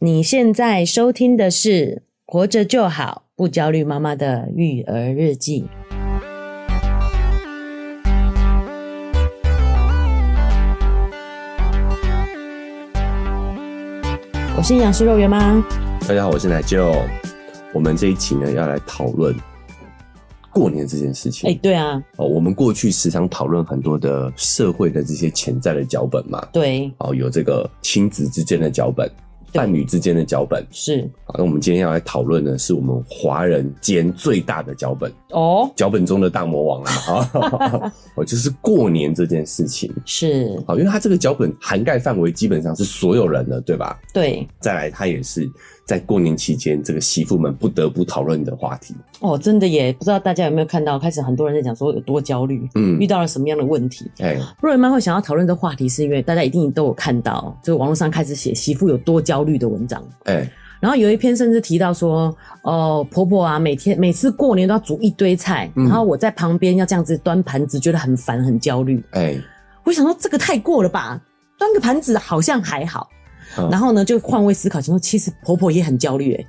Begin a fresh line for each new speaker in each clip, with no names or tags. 你现在收听的是《活着就好，不焦虑妈妈的育儿日记》。我是营养师肉圆妈，
大家好，我是奶舅。我们这一期呢，要来讨论过年这件事情。
哎、对啊，
哦，我们过去时常讨论很多的社会的这些潜在的脚本嘛，
对，
哦，有这个亲子之间的脚本，
对
伴侣之间的脚本。
是
好，那我们今天要来讨论的是我们华人间最大的脚本，
哦，
脚本中的大魔王 啊！哦，就是过年这件事情。哦
是，
好，因为它这个脚本涵盖范围基本上是所有人的，对吧？
对，
再来，它也是在过年期间这个媳妇们不得不讨论的话题。
哦，真的耶，不知道大家有没有看到，开始很多人在讲说有多焦虑，
嗯
遇，到了什么样的问题。
哎、
若人妈会想要讨论的话题，是因为大家一定都有看到，就是网络上开始写媳妇有多焦虑的文章。
哎、
然后有一篇甚至提到说，哦、婆婆啊，每天每次过年都要煮一堆菜，
嗯
然后我在旁边要这样子端盘子，觉得很烦很焦虑。
哎、
我想说这个太过了吧，端个盘子好像还好。
嗯
然后呢，就换位思考，想说其实婆婆也很焦虑、欸，？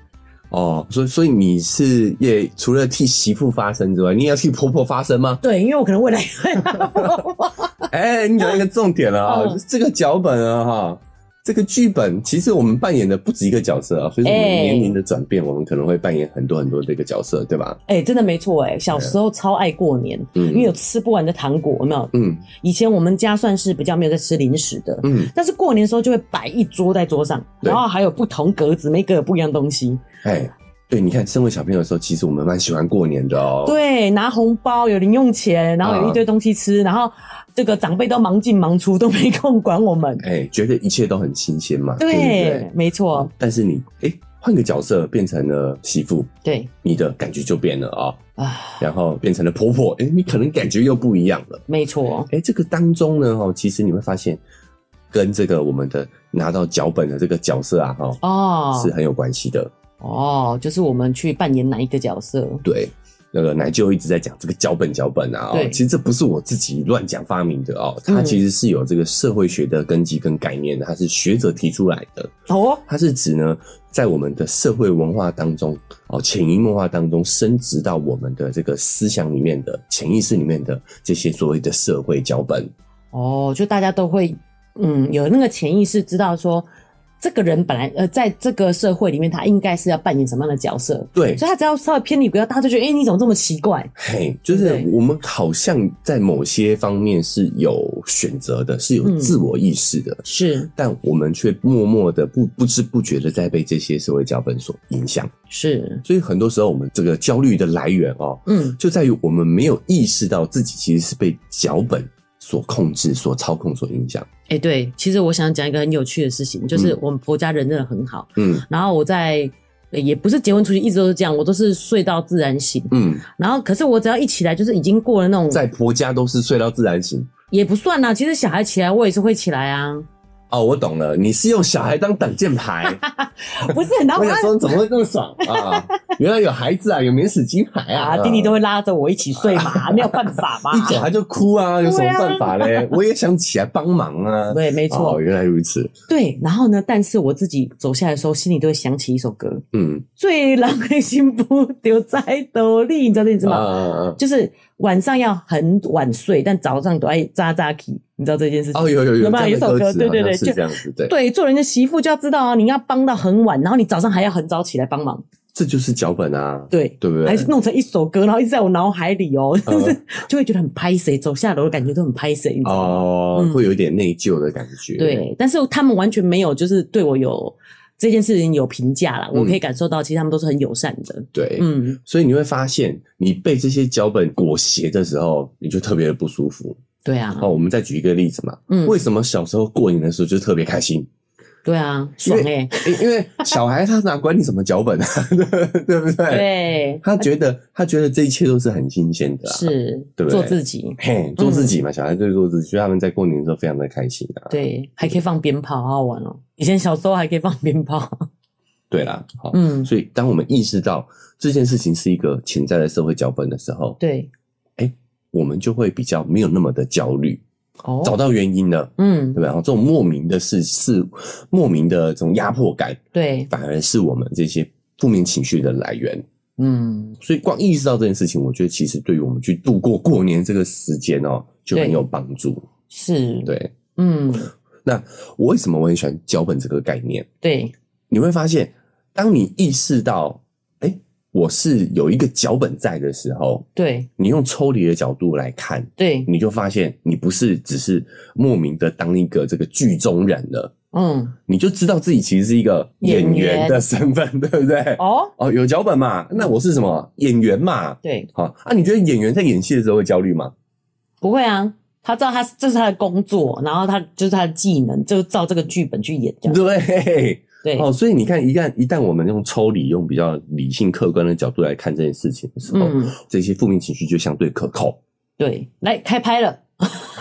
哦，所以所以你是也除了替媳妇发声之外，你也要替婆婆发声吗
对，因为我可能未来也会当婆婆。
哎、你讲一个重点了啊、
嗯
这个脚本啊哈，这个剧本其实我们扮演的不止一个角色啊，所以我们
哎
年龄的转变，我们可能会扮演很多很多这个角色，对吧？
哎、真的没错哎、小时候超爱过年，
嗯
因为有吃不完的糖果，有没有？
嗯
以前我们家算是比较没有在吃零食的，
嗯，
但是过年的时候就会摆一桌在桌上，
对
然后还有不同格子，每个有不一样东西。
哎、对，你看，身为小朋友的时候，其实我们蛮喜欢过年的哦。啊
对，拿红包有零用钱，然后有一堆东西吃，然后这个长辈都忙进忙出，都没空管我们。
哎、觉得一切都很新鲜嘛，
对，
对不对？
没错，
但是你哎，换、个角色变成了媳妇，
对
你的感觉就变了啊、
啊，
然后变成了婆婆，哎、你可能感觉又不一样了。
没错，
哎、这个当中呢，哈，其实你会发现，跟这个我们的拿到脚本的这个角色啊，哈、
哦
是很有关系的。
哦，就是我们去扮演哪一个角色？
对，那个奶舅一直在讲这个脚本，脚本啊、哦
对
其实这不是我自己乱讲发明的哦，它
嗯
其实是有这个社会学的根基跟概念的，它是学者提出来的。
哦，
它是指呢，在我们的社会文化当中，哦，潜移默化当中，升值到我们的这个思想里面的潜意识里面的这些所谓的社会脚本。
哦，就大家都会，嗯，有那个潜意识知道说，这个人本来呃，在这个社会里面，他应该是要扮演什么样的角色，
对，
所以他只要稍微偏离不要，大家就觉得，哎、你怎么这么奇怪？
嘿，就
对
是
不对
我们好像在某些方面是有选择的，是有
嗯
自我意识的，
是
但我们却默默的不不知不觉的在被这些社会脚本所影响。
是，
所以很多时候，我们这个焦虑的来源哦，
嗯，
就在于我们没有意识到自己其实是被脚本所控制、所操控、所影响。
哎、对，其实我想讲一个很有趣的事情，就是
嗯
我们婆家人真的很好，
嗯
然后我在。呃也不是结婚出去一直都是这样，我都是睡到自然醒。
嗯，
然后，可是我只要一起来，就是已经过了那种，
在婆家都是睡到自然醒。
也不算啦、其实小孩起来，我也是会起来 啊，
哦，我懂了，你是用小孩当挡箭 牌。
不是？然后
我想说，怎么会这 么爽啊？原来有孩子啊，有免死金牌啊
啊，，弟弟都会拉着我一起睡 嘛，没有办法嘛。
一讲他就哭啊，有什么办法嘞？ 我也想起来帮忙啊。
对，啊没错，
哦，原来如此。
对。然后呢，但是我自己走下来的时候，心里都会想起一首歌，《
嗯，
最狼的心不 丢在斗笠》，你知道这句
啊
吗？
啊啊！
就是晚上要很晚睡，但早上都爱扎扎起，你知道这件事情？
哦，有有
有
有
没有
这样的
有一首歌
歌词
对对对
好像是
就
这样子，对，
对，做人的媳妇就要知道啊，你要帮到很晚，然后你早上还要很早起来帮忙，
这就是脚本啊，
对，
对不
还
对？
是弄成一首歌，然后一直在我脑海里哦，
嗯
就是 就会觉得很拍谁，走下楼的感觉都很拍谁，你知道吗？
哦
嗯，
会有一点内疚的感觉。，
对，但是他们完全没有，就是对我有这件事情有评价啦，
嗯
我可以感受到，其实他们都是很友善的。
对，
嗯，
所以你会发现，你被这些脚本裹挟的时候，你就特别的不舒服。
对啊，
好，我们再举一个例子嘛，
嗯，
为什么小时候过年的时候就特别开心？
对啊，爽
因
哎、
因因为小孩他哪管你什么脚本啊， 对不对？
对，
他觉得他觉得这一切都是很新鲜的啊，
是嗯
对不对
做自己，
嘿，做自己嘛，小孩就是做自己，所以他们在过年的时候非常的开心啊。
对，还可以放鞭炮，好好玩哦。以前小时候还可以放鞭炮，
对啦，好，
嗯，
所以当我们意识到这件事情是一个潜在的社会脚本的时候，
对，
我们就会比较没有那么的焦虑。
哦
找到原因了，
嗯
对，吧？然后这种莫名的事是莫名的这种压迫感，
对，
反而是我们这些负面情绪的来源。
嗯，
所以光意识到这件事情，我觉得其实对于我们去度过过年这个时间哦，就很
对
有帮助。
是，，
对，
嗯，
那我为什么我很喜欢脚本这个概念？
对，
你会发现，当你意识到，哎、我是有一个脚本在的时候，
对，
你用抽离的角度来看，
对，
你就发现你不是只是莫名的当一个这个剧中人了，
嗯，
你就知道自己其实是一个
演
演
员
员的身份，对不对？
哦，
哦，有脚本嘛？那我是什么演员嘛？
对，
好啊，你觉得演员在演戏的时候会焦虑吗？
不会啊。他知道他这是他的工作，然后他就是他的技能，就照这个剧本去演这样。
对，
对，
哦，所以你看，一旦一旦我们用抽离、用比较理性、客观的角度来看这件事情的时候，
嗯，
这些负面情绪就相对可控。
对，来开拍 了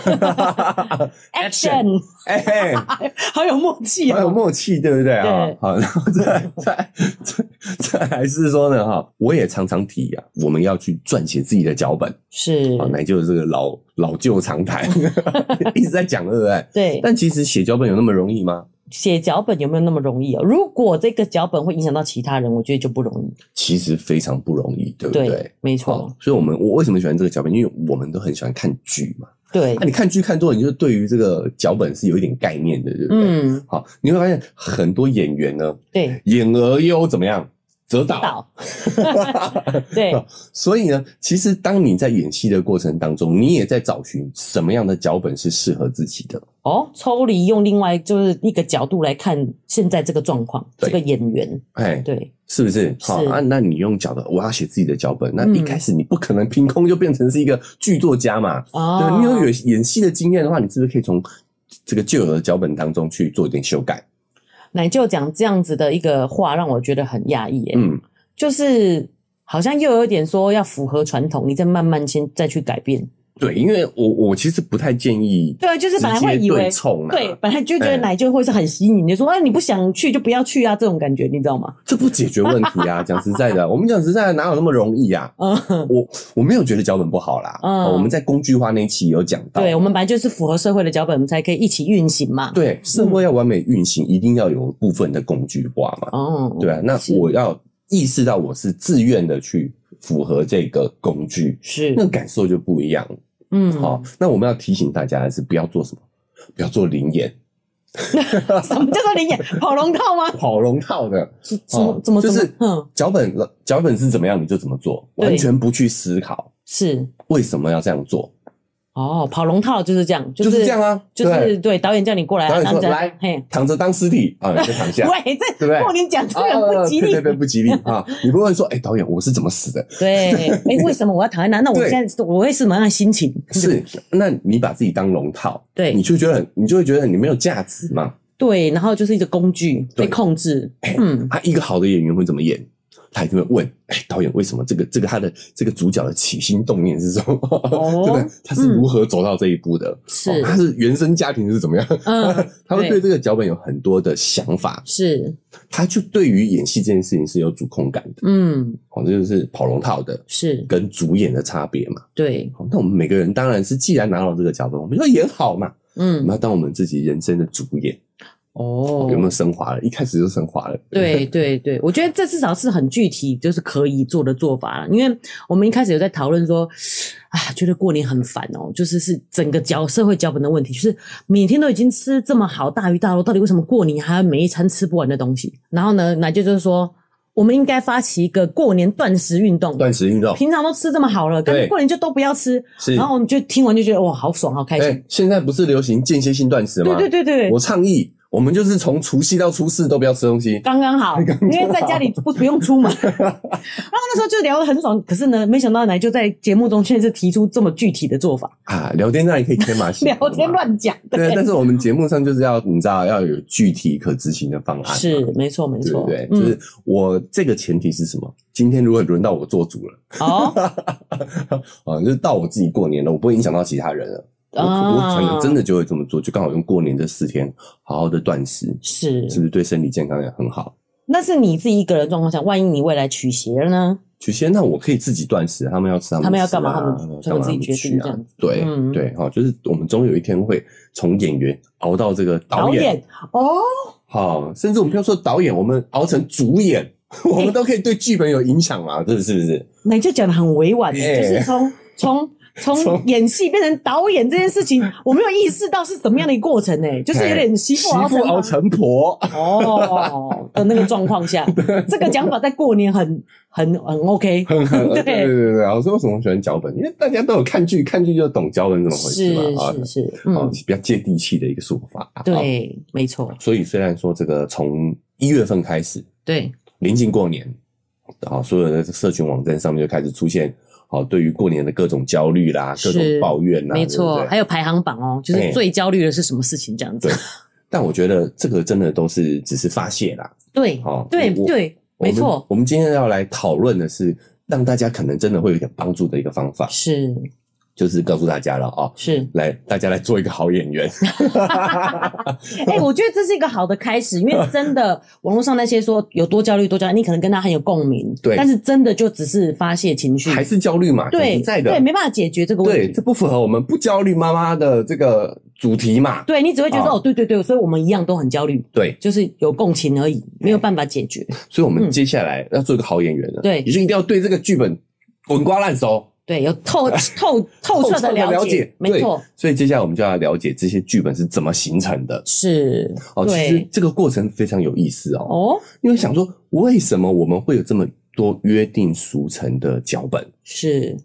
Action
，Action，
哎，
好有默契
好有
哦。
默契，对不对啊？
对
好，然后再再再再来是说呢，哈，我也常常提啊，我们要去撰写自己的脚本
是
啊，，乃就是这个老老旧常谈， 一直在讲，对不对？
对。
但其实写脚本有那么容易吗？
写脚本有没有那么容易哦？如果这个脚本会影响到其他人，我觉得就不容易。
其实非常不容易，对不对？哦
对，没
好
错，，
所以我们我为什么喜欢这个脚本？因为我们都很喜欢看剧嘛。
对
那、，你看剧看多了，你就对于这个脚本是有一点概念的，对不对？
嗯，
好，你会发现很多演员呢，
对，
演而优怎么样？则导。
导，对，
所以呢，其实当你在演戏的过程当中，你也在找寻什么样的脚本是适合自己的。
哦，抽离用另外就是一个角度来看现在这个状况，
对
这个演员，
哎，
对，
是不是？
是
好啊，那你用脚的，我要写自己的脚本。那
嗯
一开始你不可能凭空就变成是一个剧作家嘛？对吧，
哦，
你有演演戏的经验的话，你是不是可以从这个旧有的脚本当中去做一点修改？
奶舅讲这样子的一个话，让我觉得很讶异，哎，
嗯，
就是好像又有点说要符合传统，你再慢慢先再去改变，
对，因为我我其实不太建议
对，啊就是本来会
直接
以为
对。冲啊，
对，本来就觉得
哎
奶舅会是很吸引你，就说啊，你不想去就不要去啊，这种感觉，你知道吗？
这不解决问题啊！讲实在的，我们讲实在的，哪有那么容易啊？
嗯，
我我没有觉得脚本不好啦，
嗯
哦我们在工具化那一期有讲到，
对，我们本来就是符合社会的脚本，我们才可以一起运行嘛。，
对社会要完美运行，一定要有部分的工具化嘛，
哦，
对啊，那
是
我要意识到我是自愿的去符合这个工具，
是
那，感受就不一样。
嗯，
好，，那我们要提醒大家的是，不要做什么，不要做灵眼、
什么叫做 灵眼跑龙套吗？
跑龙套的，
是怎么
哦
怎么
就
怎么
是
嗯，
脚本脚本是怎么样你就怎么做，
对
完全不去思考
是
为什么要这样做，
哦，跑龙套就是这样，
就是是这样啊，
就
对
是对导演叫你过来啊，
导演
然后
说
这样
来
嘿，
躺着当尸体啊，你就躺下。
喂，这
对不对
过年讲这
啊
个不吉利
对对，对，不吉利啊！你不会说，哎，导演，我是怎么死的？
对，哎，为什么我要躺在那？那我
对
现在我会是什么样的心情？
是，那你把自己当龙套，
对
你就觉得很，你就会觉得你没有价值嘛。
对，然后就是一个工具
对
被控制，嗯，
啊，一个好的演员会怎么演？他一定会问，哎，导演，为什么这个这个他的这个主角的起心动念是什么？ 对不对？他是如何走到这一步的？
哦嗯是
哦他是原生家庭是怎么样？
嗯
他会对
对
这个脚本有很多的想法，
是，
他就对于演戏这件事情是有主控感的。
嗯，
哦，这就是跑龙套的
是
跟主演的差别嘛。
对，
好，那我们每个人当然是既然拿到这个脚本，我们就要演好嘛。我
嗯
们，要当我们自己人生的主演，
哦
有没有升华了？一开始就升华了。
对对对，我觉得这至少是很具体，就是可以做的做法了。因为我们一开始有在讨论说，啊，觉得过年很烦哦，就是是整个脚社会脚本的问题，就是每天都已经吃这么好大鱼大肉，到底为什么过年还要每一餐吃不完的东西？然后呢，奶舅就是说，我们应该发起一个过年断食运动，
断食运动
平常都吃这么好了，干脆
对
过年就都不要吃。
是。
然后我们就听完就觉得哇，好爽，好开
哎、
心。
现在不是流行间歇性断食
对
吗？
对对对，
我倡议，我们就是从除夕到初四都不要吃东西。
刚刚好，因为在家里 不不用出门。然后那时候就聊得很爽，可是呢，没想到奶就在节目中却是提出这么具体的做法，
啊，聊天当然可以天马行
聊
空嘛
天。乱讲。
对，但是我们节目上就是要你知道要有具体可执行的方案嘛，
是没错没
对
错嗯
不，对？就是我这个前提是什么？今天如果轮到我做主了，
哦，
啊，就是到我自己过年了，我不会影响到其他人了。我我
啊
可能真的就会这么做，就刚好用过年这四天好好的断食，
是
是不是对身体健康也很好？
那是你自己一个人的状况下，万一你未来取鞋了呢？
曲线，那我可以自己断食，他们要吃他们
他们要
吃啊
干嘛他们他
干
们
嘛
自己决定
去
这
啊
样子。
对、
嗯
对，哈、就是我们终有一天会从演员熬到这个
导
导演，
演哦，
好、甚至我们不要说导演，我们熬成主演， 我
哎
们都可以对剧本有影响嘛，这是不是？
那你就讲的很委婉，
哎
就是从从从
从
演戏变成导演这件事情，我没有意识到是怎么样的一个过程呢、就是有点媳妇熬成
熬成婆，
哦的那个状况 下，这个讲法在过年很很很 OK，
很很呃对对
对，
对对。我说为什么我喜欢脚本？因为大家都有看剧，看剧就懂脚本怎么回事
是
嘛啊。
是是，
哦，
嗯，
比较接地气的一个说法。啊
对，没错，
所以虽然说这个从一月份开始，
对，
临近过年，好、所有的社群网站上面就开始出现，好、对于过年的各种焦虑啦，各
是
种抱怨啦，
没错
对，不
还
对
有排行榜哦，就是
哎
最焦虑的是什么事情这样子
对，但我觉得这个真的都是只是发泄啦。
对
好
对
我
对，没
我们
错，
我们今天要来讨论的是，让大家可能真的会有一点帮助的一个方法，
是
就是告诉大家了啊、哦，
是，
来大家来做一个好演员。
哎、我觉得这是一个好的开始，因为真的网络上那些说有多焦虑多焦虑，你可能跟他很有共鸣，
对
但是真的就只是发泄情绪，
还是焦虑嘛，
对
讲实在的，
对，没办法解决这个问
对，
题
这。不符合我们不焦虑妈妈的这个主题嘛？
对你只会觉得、
啊
哦，对对对，所以我们一样都很焦虑，
对，
就是有共情而已，没有办法解 决。
所以我们接下来要做一个好演员
嗯
了，
对
也就一定要对这个剧本滚瓜烂熟，
对，有 透透透彻
彻
的
地
了
了
解，没
对
错，。
所以接下来我们就要了解这些剧本是怎么形成的。
是，
哦，其实
对，
这个过程非常有意思哦，
哦，
因为想说为什么我们会有这么多约定俗成的脚本，
是，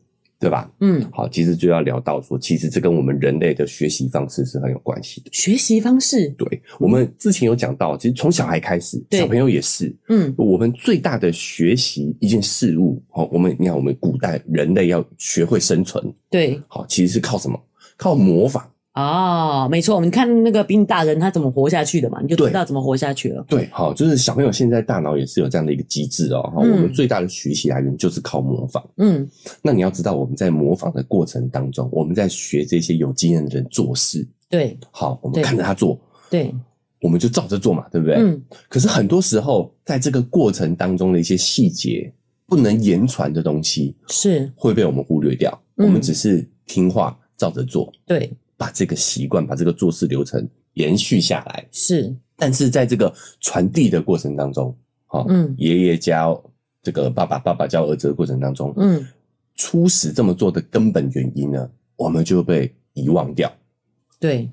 对吧？
嗯，
好，其实就要聊到说，其实这跟我们人类的学习方式是很有关系的。
学习方式，
对，我们之前有讲到，其实从小孩开始，
嗯对
小朋友也是，
嗯，
我们最大的学习一件事物，哦，我们你看，我们古代人类要学会生存，
对，
好，其实是靠什么？靠模仿。
哦，没错，你看那个比你大人他怎么活下去的嘛，你就知道怎么活下去了。
对，好，就是小朋友现在大脑也是有这样的一个机制哦。哈、
嗯
我们最大的学习来源就是靠模仿。
嗯，
那你要知道，我们在模仿的过程当中，我们在学这些有经验的人做事。
对
好，我们
对
看着他做，
对，
我们就照着做嘛，对不对？
嗯，
可是很多时候，在这个过程当中的一些细节，不能言传的东西，
是
会被我们忽略掉。
嗯
我们只是听话，照着做，
对
把这个习惯，把这个做事流程延续下来。
是，
但是在这个传递的过程当中，哈、
嗯
爷爷教这个爸爸，爸爸教儿子的过程当中，
嗯，
初始这么做的根本原因呢，我们就被遗忘掉。
对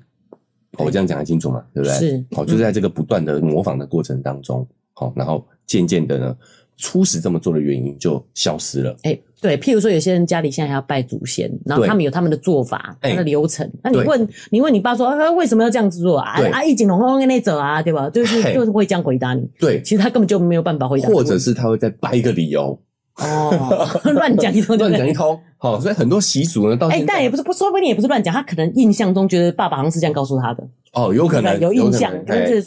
哦我这样讲得清楚嘛？对不对？
是
好，就在这个不断的模仿的过程当中，好，然后渐渐的呢，初始这么做的原因就消失了。
哎、对，譬如说有些人家里现在还要拜祖先，然后
对
他们有他们的做法、
哎
他的流程。那你
对
问你问你爸说，啊、为什么要这样子做啊？
对
啊，一景龙龙跟那走啊，对吧？就是
嘿
就是会这样回答你，
对，
其实他根本就没有办法回答这个
或
问题，
者是他会再掰一个理由，
哦 乱讲一通，对
乱
不
讲一
对？
通。好，所以很多习俗呢，到
哎、
现在、
但也不是不，说不定也不是乱讲，他可能印象中觉得爸爸好像是这样告诉他的，
哦，有可能
对有印象，
有可能
但
哎
是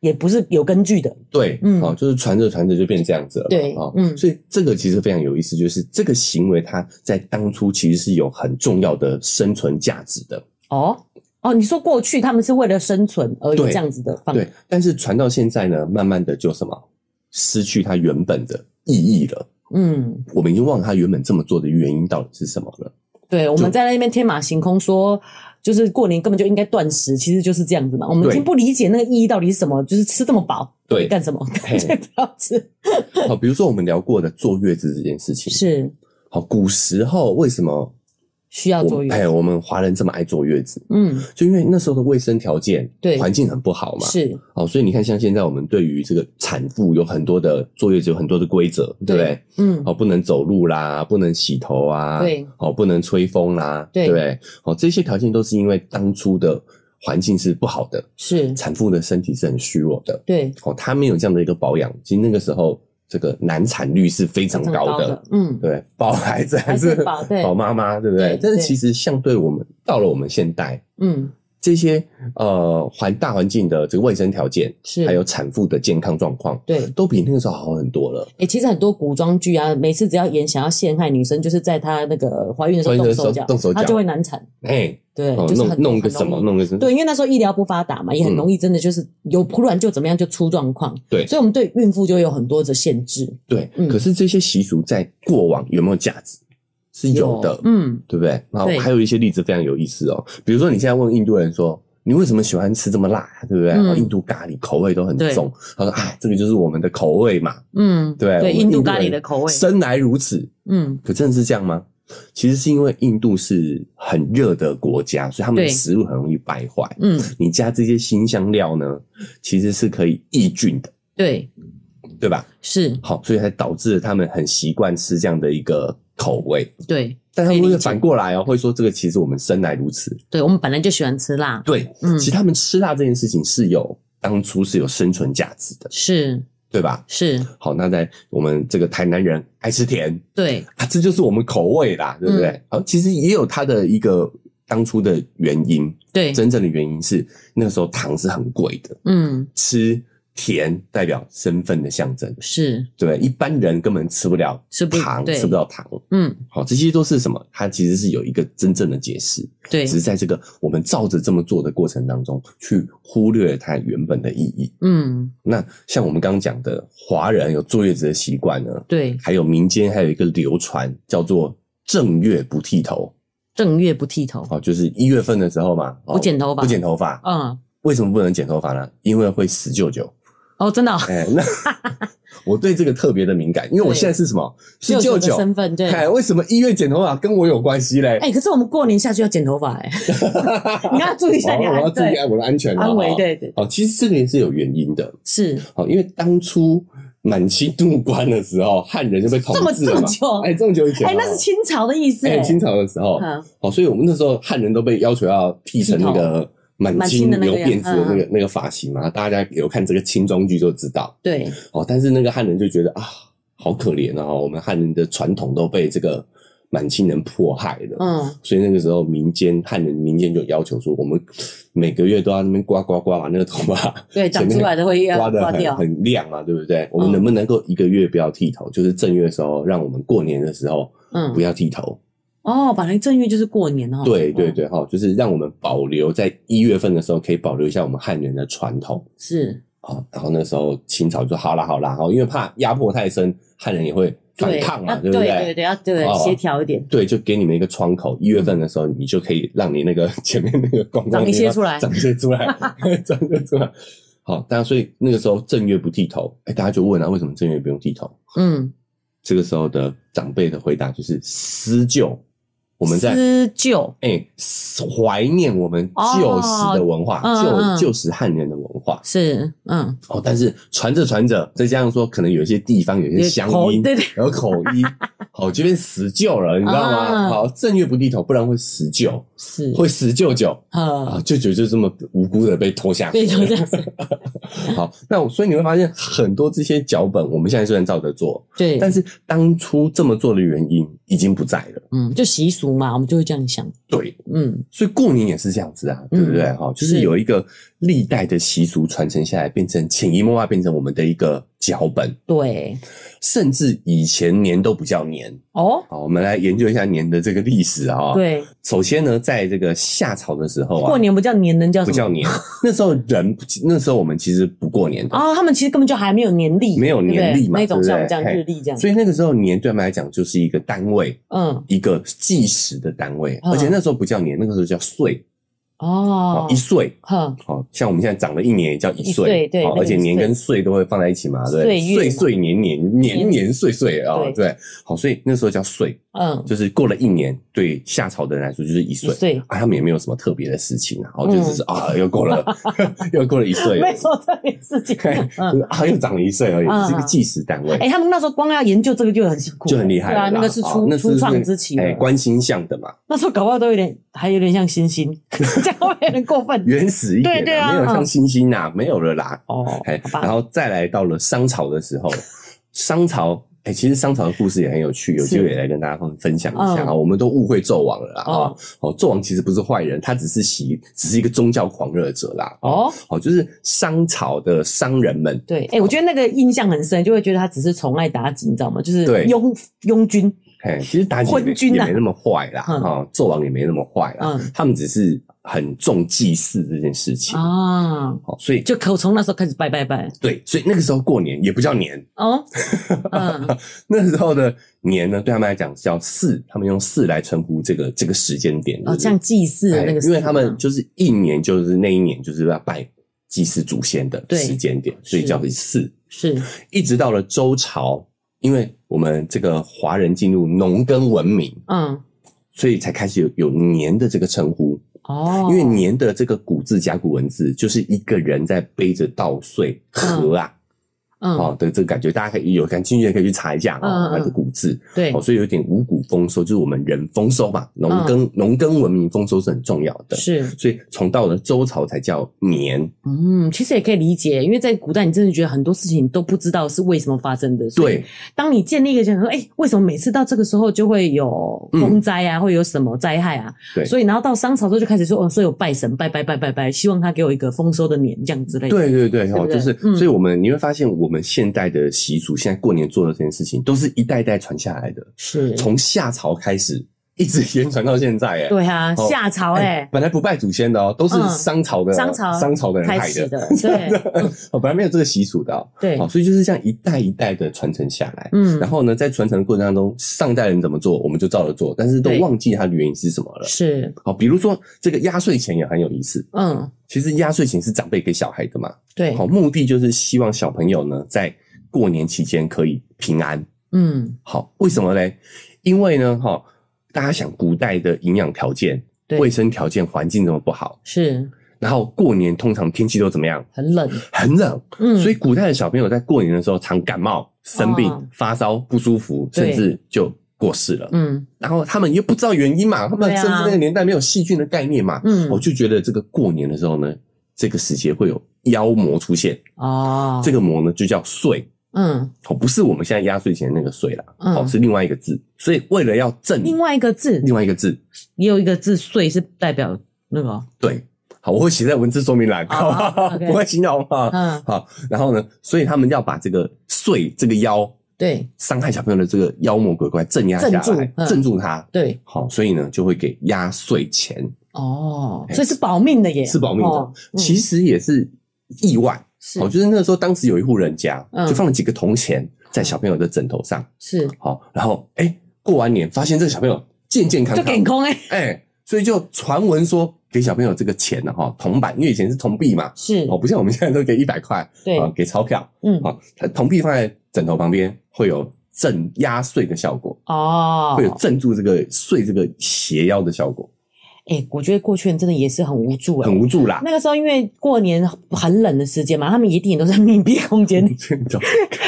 也不是有根据的。
对，
嗯
哦，就是传着传着就变成这样子了嘛，
对
哦，
嗯
所以这个其实非常有意思，就是这个行为它在当初其实是有很重要的生存价值的，
哦哦，你说过去他们是为了生存而有
对
这样子的方
对，但是传到现在呢，慢慢的就什么失去它原本的意义了。
嗯，
我们已经忘了他原本这么做的原因到底是什么了。
对，我们在那边天马行空说，就是过年根本就应该断食，其实就是这样子嘛。我们已
对
经不理解那个意义到底是什么，就是 吃这么饱
对，
干什么？
嘿
干脆不要吃。
好，比如说我们聊过的坐月子这件事情，
是
好，古时候为什么
需要
我
坐
们
月
哎，
子，
我们华人这么爱坐月子，
嗯，
就因为那时候的卫生条件、
对
环境很不好嘛。
是
哦，所以你看，像现在我们对于这个产妇有很多的坐月子有很多的规则，对不对？
嗯，
哦，不能走路啦，不能洗头啊，
对，
哦，不能吹风啦，
对
对不对？哦，这些条件都是因为当初的环境是不好的，
是，
产妇的身体是很虚弱的，
对，
哦，他没有这样的一个保养，其实那个时候这个难产率是非常
非常
高的，，
嗯，
对，保孩 子还
还是
是
保对
保妈妈，对不对？
对
但是
对
其实相对我们到了我们现代，
嗯，
这些呃环大环境的这个卫生条件，
是
还有产妇的健康状况，
对，
都比那个时候好很多了。
哎、其实很多古装剧啊，每次只要演想要陷害女生，就是在她那个怀孕的时候
怀孕
动
的时候
手脚，
动手
她
脚
就会难产。
哎，
对，
哦，
就是
弄
很
弄个什么，。
很容易
弄个什么，
对，因为那时候医疗不发达嘛，也很
嗯
容易真的就是有突然就怎么样就出状况。
对
所以我们对孕妇就有很多的限制。
对
嗯
可是这些习俗在过往有没有价值？是有的，
嗯，
对不对？然后
对
还有一些例子非常有意思哦，比如说你现在问印度人说。你为什么喜欢吃这么辣，对不对？
嗯
然后印度咖喱口味都很
对
重。他说：“哎，这个就是我们的口味嘛，
嗯，
对不
对，
我们
印度
人
咖喱的口味，
生来如此。
嗯，
可真的是这样吗？其实是因为印度是很热的国家，所以他们的
对
食物很容易败坏。
嗯，
你加这些新香料呢，其实是可以抑菌的，
对，
对吧？
是，
好，所以才导致了他们很习惯吃这样的一个口味。
对，
但他们
可以
会
理解
反过来哦，会说这个其实我们生来如此。
对，我们本来就喜欢吃辣，
对，
嗯
其，实他们吃辣这件事情是有当初是有生存价值的，
是
对吧？
是，
好，那在我们这个台南人爱吃甜
对，
啊，这就是我们口味啦，对不对？
嗯
好，其实也有它的一个当初的原因，
对，
真正的原因是那个时候糖是很贵的，
嗯，
吃甜代表身份的象征，
是，
对不对，一般人根本吃不了
吃不
糖，
对
吃不到糖。
嗯，
好，这些都是什么？它其实是有一个真正的解释，
对
只，是在这个我们照着这么做的过程当中，去忽略它原本的意义。
嗯，
那像我们刚刚讲的，华人有坐月子的习惯呢，
对，
还有民间还有一个流传叫做正月不剃头，
正月不剃头，
哦，就是一月份的时候嘛，哦
不剪头发
不剪头发。
嗯，
为什么不能剪头发呢？因为会死舅舅。
哦，真的哦，
哎， 那我对这个特别的敏感，因为我
对
现在是什么？ 是
舅
舅
的
舅。
身份，对，
哎，为什么一月剪头发跟我有关系嘞？
哎、可是我们过年下去要剪头发 哎、你要注意一下
好
你
哦我要
安
注意
对
我的安全哦
安危，
好
对对
哦，其实这个也是有原因的。
是
好，哦因为当初满清入关的时候，汉人就被统
这么
治了
这么
嘛。
久
哎，这么久以前哦，
哎、那是清朝的意思哎、
哎清朝的时候，
嗯
哦，所以我们那时候汉人都被要求要剃成那个满
满
清
清的那
留
个样
辫子的那
嗯
个那个发型嘛。大家有看这个清装剧就知道
对
哦。但是那个汉人就觉得啊，好可怜哦，我们汉人的传统都被这个满清人迫害了。
嗯
所以那个时候民间汉人民间就要求说，我们每个月都要那边刮刮刮把那个头发
对长出来的会要
刮的
刮
很
掉嗯
很亮啊嘛，对不对？我们能不能够一个月不要剃头？就是正月的时候，让我们过年的时候不
嗯
要剃头。
哦本来正月就是过年哦
对对
嗯
对，哈、就是让我们保留在一月份的时候可以保留一下我们汉人的传统
是
啊、然后那时候清朝就说好啦好啦，哈，因为怕压迫太深，汉人也会反
对
抗嘛，
要
对不
对对对要对
哦
协调一点
对，就给你们一个窗口，一月份的时候，你就可以让你那个 前面那个光光
嗯长一些出来
长一些出来， 长一些出来。好，大家所以那个时候正月不剃头，哎，大家就问啊，为什么正月不用剃头？
嗯
这个时候的长辈的回答就是思旧，我
我
们在
施救
哎思怀念我们旧时的文化，
哦嗯嗯
旧旧时汉人的文化。
是嗯
哦，但是传着传着，再加上说可能有一些地方有一些乡
口
音，
对对
有口 音，好，这边死舅了，你知道吗？
啊
好，正月不剃头，不然会死舅，
是
会死舅舅啊
啊，
舅舅就这么无辜的被拖下
对
水。
就这样子
好，那我所以你会发现很多这些脚本，我们现在虽然照着做，
对
但是当初这么做的原因已经不在了。
嗯就习俗嘛我们就会这样想
对，
嗯
所以过年也是这样子啊，
嗯
对不对？哈，就是
是
有一个历代的习俗传承下来，变成潜移默化，变成我们的一个脚本，
对
甚至以前年都不叫年。
哦
好，我们来研究一下年的这个历史啊、
对
首先呢，在这个夏朝的时候啊，
过年不叫年能叫什
不
么
叫年， 那时候人那时候我们其实不过年的，
哦，他们其实根本就还没有年历，
没有年历嘛
对不对那种
对不对
像我们这样日历这样，
所以那个时候年对他们来讲就是一个单位，
嗯，
一个计时的单位，
嗯
而且那时候不叫年，那个时候叫岁，
哦
哦，一，岁。
哼，
哦，像我们现在长了一年也叫一
一岁对
哦
那个
而且
一岁
年跟岁都会放在一起嘛，对不对，
岁月嘛
岁岁年年年年岁岁啊，哦
对
对，好，所以那时候叫岁，
嗯，
就是过了一年，对夏朝的人来说就是一
一
岁，
岁，嗯
啊，他们也没有什么特别的事情啊，然后就只是啊，又过 了，又过了一岁了
没，错，这件事情，
嘿就
嗯
是，啊，又长了一岁而已，
嗯
只是一个计时单位，
哎，他们那时候光要研究这个就很辛苦，
就很厉害
对
了
啊，
啦。
那个是
哦
初
那
初创之期了，
哎，观星象的嘛，
那时候搞不好都有点，还有点像星 星，这样会不会有点过分，
原始一点
对对
的，
啊
没有像
嗯
星星呐，没有了啦。
哦
哎，
好
然
吧，
后再来到了商朝的时候，商朝。哎、其实商朝的故事也很有趣，有
是
机会也来跟大家分分享一下啊。
嗯
我们都误会纣王了啦啊
哦！
哦，纣王其实不是坏人，他只是喜，只是一个宗教狂热者啦。哦，
哦，
哦，就是商朝的商人们，
对，哎、我觉得那个印象很深，就会觉得他只是宠爱妲己，你知道吗？就是
对
拥拥军，
哎，其实妲己也没
昏君
也
啊
没那么坏啦，
嗯
啊，纣王也没那么坏啦
嗯，
他们只是很重祭祀这件事情。
啊，
好，所以
就可从那时候开始拜拜拜
对，所以那个时候过年也不叫年，
哦，嗯，
那时候的年呢，对他们来讲叫四，他们用四来称呼这个这个时间点。
哦，
就是
像祭祀的
哎
那个，
因为他们就是一年就是那一年就是要拜祭祀祖先的
对
时间点，所以叫做四。
是
一直到了周朝，因为我们这个华人进入农耕文明，
嗯
所以才开始有有年的这个称呼。
哦，
因为年的这个古字甲骨文字，就是一个人在背着稻穗禾啊，
嗯
哦的这个感觉，大家可以有感兴趣也可以去查一下
嗯
啊，
嗯
它的古字。
对嗯
哦，所以有点五谷丰收，就是我们人丰收嘛，农耕农、耕文明丰收是很重要的，
是
所以从到了周朝才叫年，
嗯，其实也可以理解，因为在古代你真的觉得很多事情你都不知道是为什么发生的，所以
对
当你建立一个想说，哎、为什么每次到这个时候就会有风灾啊，会有什么灾害啊？
嗯对
所以然后到商朝之后就开始说，哦，所以有拜神，拜拜拜拜拜，希望他给我一个丰收的年这样之类的。，
对对对，哦，
对不对
就是，
嗯
所以我们你会发现，我们现代的习俗，现在过年做的这件事情，都是一代代传下来的，
是，
从夏朝开始一直延传到现在，哎，
对啊，
哦
夏朝哎、
本来不拜祖先的哦，都是
嗯
商朝的、
商朝
商朝的人
开
害
始
的，
的， 对
哦，本来没有这个习俗的、哦，
对
哦，，所以就是这样一代一代的传承下来，
嗯
然，后呢，在传承的过程当中，上代人怎么做，我们就照着做，但是都
对
忘记它的原因是什么了。
是，
好，比如说这个压岁钱也很有意思。
嗯，
其实压岁钱是长辈给小孩的嘛，
对，
好，目的就是希望小朋友呢在过年期间可以平安。
嗯，
好，为什么嘞？因为呢，哈，大家想古代的营养条件、
对
卫生条件、环境这么不好，
是
然后过年通常天气都怎么样？
很冷，
很冷，
嗯，
所以古代的小朋友在过年的时候常感冒、生病、
哦
发烧、不舒服，甚
对
至就过世了。
嗯
然后他们又不知道原因嘛，他们
对啊
甚至那个年代没有细菌的概念嘛，
嗯
我就觉得这个过年的时候呢，这个时节会有妖魔出现，
哦，
这个魔呢就叫祟，
嗯，
哦，不是我们现在压岁钱那个祟啦，
嗯
哦，是另外一个字，所以为了要正
另外一个字
另外一个字，
也有一个字“岁”是代表那个，
对，好，我会写在文字说明栏，
好
好不好
好，OK 啊
不会形容啊，
嗯，
好，然后呢，所以他们要把这个祟这个妖
对
伤害小朋友的这个妖魔鬼怪镇压下
镇
来
住，嗯
镇住他，
对，
好，所以呢就会给压岁钱。
哦，所以是保命的耶，
是保命
哦
的，
嗯
其实也是意外。
是
哦，就是那个时候，当时有一户人家
嗯
就放了几个铜钱在小朋友的枕头上，
是，
好，然后哎，过完年发现这个小朋友健健康
就
康，
给空哎，
哎，所以就传闻说给小朋友这个钱呢，哈，铜板，因为以前是铜币嘛，
是
哦，不像我们现在都给一百块，
对
啊，给钞票，
嗯，
啊，它铜币放在枕头旁边会有镇压碎的效果，
哦，
会有镇住这个碎这个邪妖的效果，
哎，我觉得过去人真的也是很无助哎
很。无助啦，
那个时候，因为过年很冷的时间嘛，他们一定也都在密闭空间 里，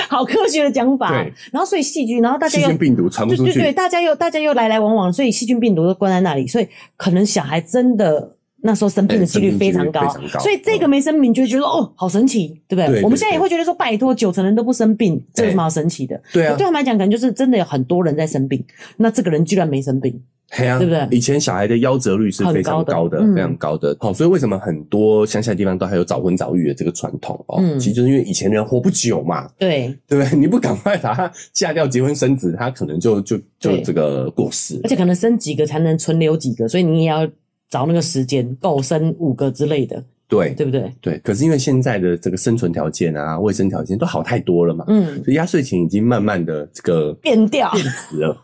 好科学的讲法
嗯对。
然后，所以细菌，然后大家
细
又
菌病毒传不
对
出
对对，
去，
大家又大家又来来往往，所以细菌病毒都关在那里，所以可能小孩真的那时候生病的几率非常高，
哎生病几率非常高
所以这个没生病就会觉得、哦，好神奇，对不对？
对对
我们现在也会觉得说，拜托，九成人都不生病，这有什么好神奇的？
对啊
可，对他们来讲，可能就是真的有很多人在生病，那这个人居然没生病，
嘿啊，
对不对
以前小孩的夭折率是非常
很
高
高
的，
的嗯
非常高的。好、所以为什么很多乡下地方都还有早婚早育的这个传统哦？
嗯
其实就是因为以前人活不久嘛，
对，
对不对？ 你不赶快把他嫁掉、结婚生子，他可能就就就
对
这个过世了
而且可能生几个才能存留几个，所以你也要找那个时间够生五个之类的，
对
对不对？
对，可是因为现在的这个生存条件啊、卫生条件都好太多了嘛，
嗯，
所以压岁钱已经慢慢的这个
变调，
变质 了，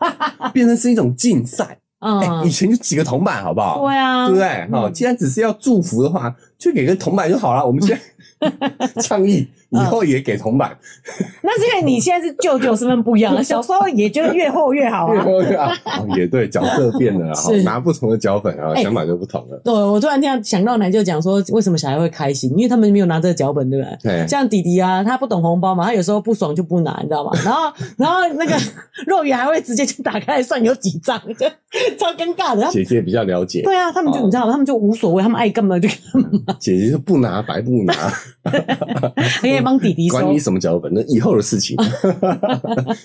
变成是一种竞赛。
嗯，
哎以前就几个铜板，好不好？
对啊，
对不对？好、既然只是要祝福的话，就给个铜板就好了。我 们现在倡议
嗯
以后也给铜板，
那是因为你现在是舅舅身份不一 样了，啊小时候也觉得越厚越好
越
啊。
多越好。哦也对，角色变了，哈，
是
拿不同的脚本啊，
哎
想法就不同了。
对，我突然这样想到奶就讲说，为什么小孩会开心？因为他们没有拿这个脚本，对不对？
对，
像弟弟啊，他不懂红包嘛，他有时候不爽就不拿，你知道吗？然后，然 后那个肉圆还会直接就打开来算有几张， 就超尴尬的。他们
姐姐比较了解，
对啊，他们就
哦
你知 道吗？他们就无所谓，他们爱干嘛就干嘛。
姐姐就不拿白不拿。
哎以帮弟弟
哦管
收
你，什么脚本，那以后的 事情，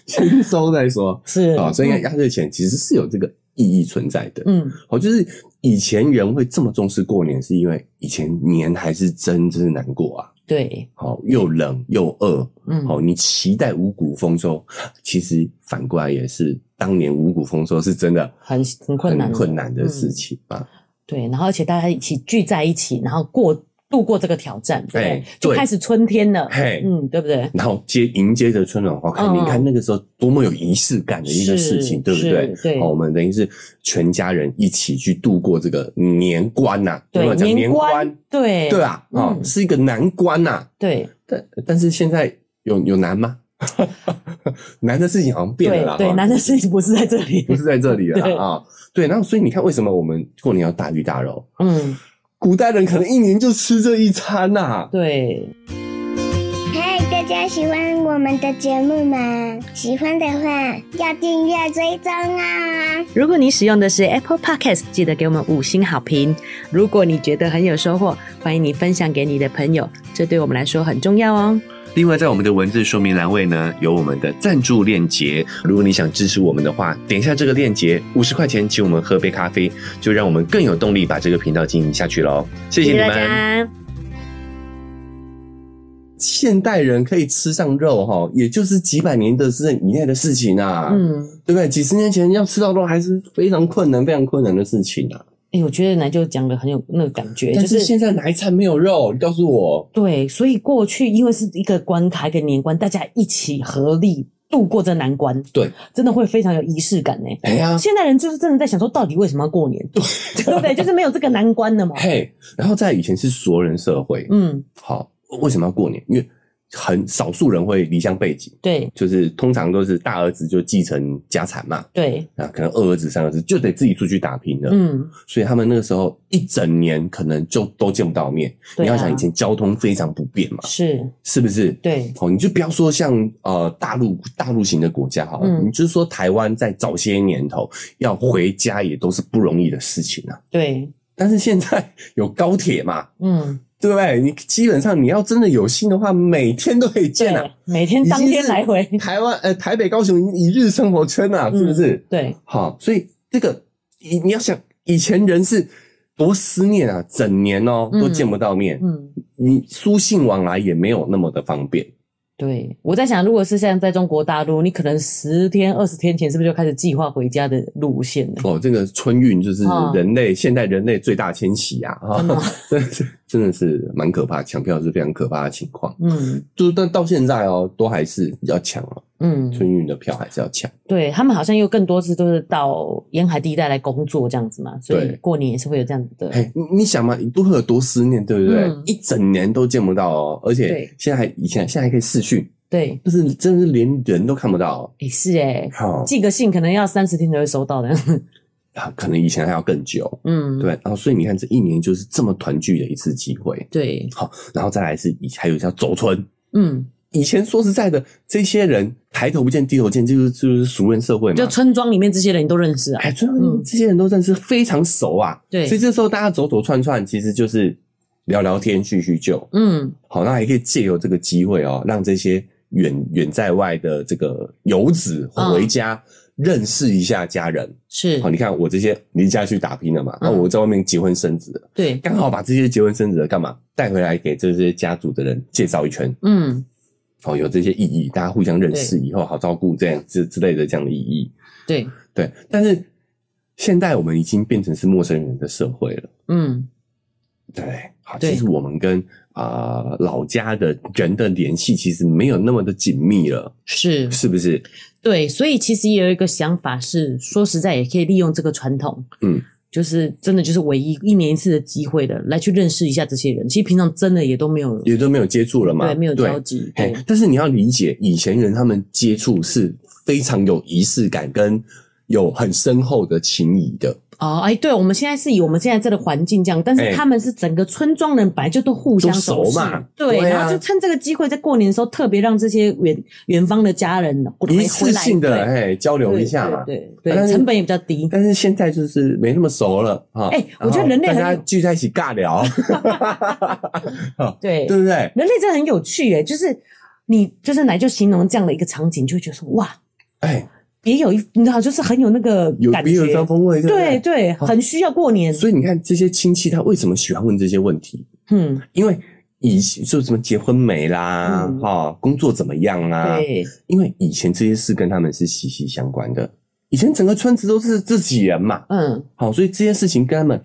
先收再说。
是
啊、所以压岁钱其实是有这个意义存在的。
嗯
哦，就是以前人会这么重视过年，是因为以前年还是真真是难过啊。
对，
好、又冷又饿，
嗯
好、你期待五谷丰收，其实反过来也是当年五谷丰收是真的
很很困难
很
的
困难的
嗯
事情啊。
对，然后而且大家一起聚在一起，然后过度过这个挑战，对不对
哎
就
对哎
开始春天了，
嘿
嗯，对不对？
然后接迎接着春暖花开，
嗯
你看那个时候多么有仪式感的一个事情，
是
对不对？
是对
好，我们等于是全家人一起去度过这个年关呐、有没
对
有，讲
关，对
对啊，啊、
嗯
是一个难关呐、
对
但但是现在有有难吗？ 难的事情好像变了啦，
对对，
哈
难的事情不是在这里
不，是在这里 了
对
啦啊。对，然后所以你看，为什么我们过年要大鱼大肉？
嗯，
古代人可能一年就吃这一餐呐、
对，
嗨，大家喜欢我们的节目吗？喜欢的话要订阅追踪啊、
如果你使用的是 Apple Podcast，记得给我们五星好评。如果你觉得很有收获，欢迎你分享给你的朋友，这对我们来说很重要哦。
另外，在我们的文字说明栏位呢，有我们的赞助链接。如果你想支持我们的话，点一下这个链接，五十块钱请我们喝杯咖啡，就让我们更有动力把这个频道经营下去喽。谢谢你们。
家，
现代人可以吃上肉哈，也就是几百年的事以内的事情啊，
嗯，
对不对？几十年前要吃到肉还是非常困难、非常困难的事情啊。
哎、我觉得奶就讲的很有那个感觉，
但
就是
现在哪一餐没有肉？你告诉我，
对，所以过去因为是一个关卡，一个年关，大家一起合力度过这难关，
对，
真的会非常有仪式感呢。欸
哎呀，
现代人就是真的在想说，到底为什么要过年， 对不对？就是没有这个难关了嘛。
嘿，然后在以前是熟人社会，
嗯，
好，为什么要过年？因为很少数人会离乡背井，
对
就是通常都是大儿子就继承家产嘛，
对，
啊，可能二儿子、三儿子就得自己出去打拼了。
嗯，
所以他们那个时候一整年可能就都见不到面。
对、啊，
你要想以前交通非常不便嘛，
是，
是不是？
对，
哦，你就不要说像呃大陆大陆型的国家好了，
嗯
你就说台湾在早些年头要回家也都是不容易的事情啊。
对，
但是现在有高铁嘛，
嗯。
对不对？你基本上你要真的有心的话，每天都可以见啊
对。，每天当天来回，
台湾呃台北高雄一日生活圈
嗯
啊，是不是？
对，
好，所以这个你你要想，以前人是多思念啊，整年哦
嗯
都见不到面，
嗯，
你书信往来也没有那么的方便。
对。我在想，如果是现在在中国大陆，你可能十天、二十天前是不是就开始计划回家的路线了？
哦，这个春运就是
嗯
人类、现代人类最大迁徙啊，
真的吗
啊， 真的是真的是蛮可怕，抢票是非常可怕的情况。
嗯
就但到现在哦，都还是要抢哦，
嗯，
春运的票还是要抢。
对他们好像又更多次都是到沿海地带来工作这样子嘛，所以
对
过年也是会有这样子的。
嘿，哎你你想嘛，你都会有多思念，对不对？
嗯
一整年都见不到哦，而且
对
现在还以前现在还可以视讯，
对，
但是真的是连人都看不到、哦。
也是哎，
好、
寄个信可能要三十天才会收到的。
啊，可能以前还要更久，
嗯，
对。然后所以你看，这一年就是这么团聚的一次机会。
对，
好，然后再来是以还有叫走村。
嗯，
以前说实在的，这些人抬头不见低头见，就是就是熟人社会嘛。
就村庄里面这些人你都认识啊。
啊哎，村
嗯
上这些人都认识，非常熟啊。
对
所以这时候大家走走串串，其实就是聊聊天、叙叙旧。
嗯，
好，那也可以借由这个机会哦，让这些远远在外的这个游子回家、认识一下家人。
是
好，，你看我这些离家去打拼了嘛，那、
嗯
我在外面结婚生子了，
对，
刚好把这些结婚生子的干嘛带回来给这些家族的人介绍一圈。
嗯，
好，有这些意义，大家互相认识以后好照顾，这样之之类的这样的意义。
对，
对，但是现在我们已经变成是陌生人的社会了。
嗯，
对，好，
对
其实我们跟啊、呃老家的人的联系其实没有那么的紧密了，
是
是不是？
对，所以其实也有一个想法是，说实在也可以利用这个传统，
嗯，
就是真的就是唯一一年一次的机会了，来去认识一下这些人。其实平常真的也都没有，
也都没有接触了嘛，
对，没有交集，
嘿
对，
但是你要理解，以前人他们接触是非常有仪式感跟有很深厚的情谊的，
哦，哎，对，我们现在是以我们现在这个环境这样，但
哎
是他们是整个村庄人本来就都互相
都熟
识
嘛
对，
对啊
然后就趁这个机会，在过年的时候特别让这些远远方的家人回
一次性的
回来
哎交
对
流一下嘛。
对
啊但
对，
是
成本也比较低。
但是现在就是没那么熟了哈。
哎我觉得
然后
人类
大
很
家
有
聚在一起尬 聊，
对，
对不对？
人类真的很有趣耶，就是你就是来就形容这样的一个场景，就会觉得说哇，
哎，
别有一你知道，就是很有那个
有
感
别有一
觉
番。风味，对不
对
对？
对，很需要过年。
哎哦所以你看这些亲戚他为什么喜欢问这些问题？
嗯，
因为以就什么结婚没啦，
嗯
哈，工作怎么样啊？
对，
因为以前这些事跟他们是息息相关的，以前整个村子都是自己人嘛，
嗯，
好，所以这件事情跟他们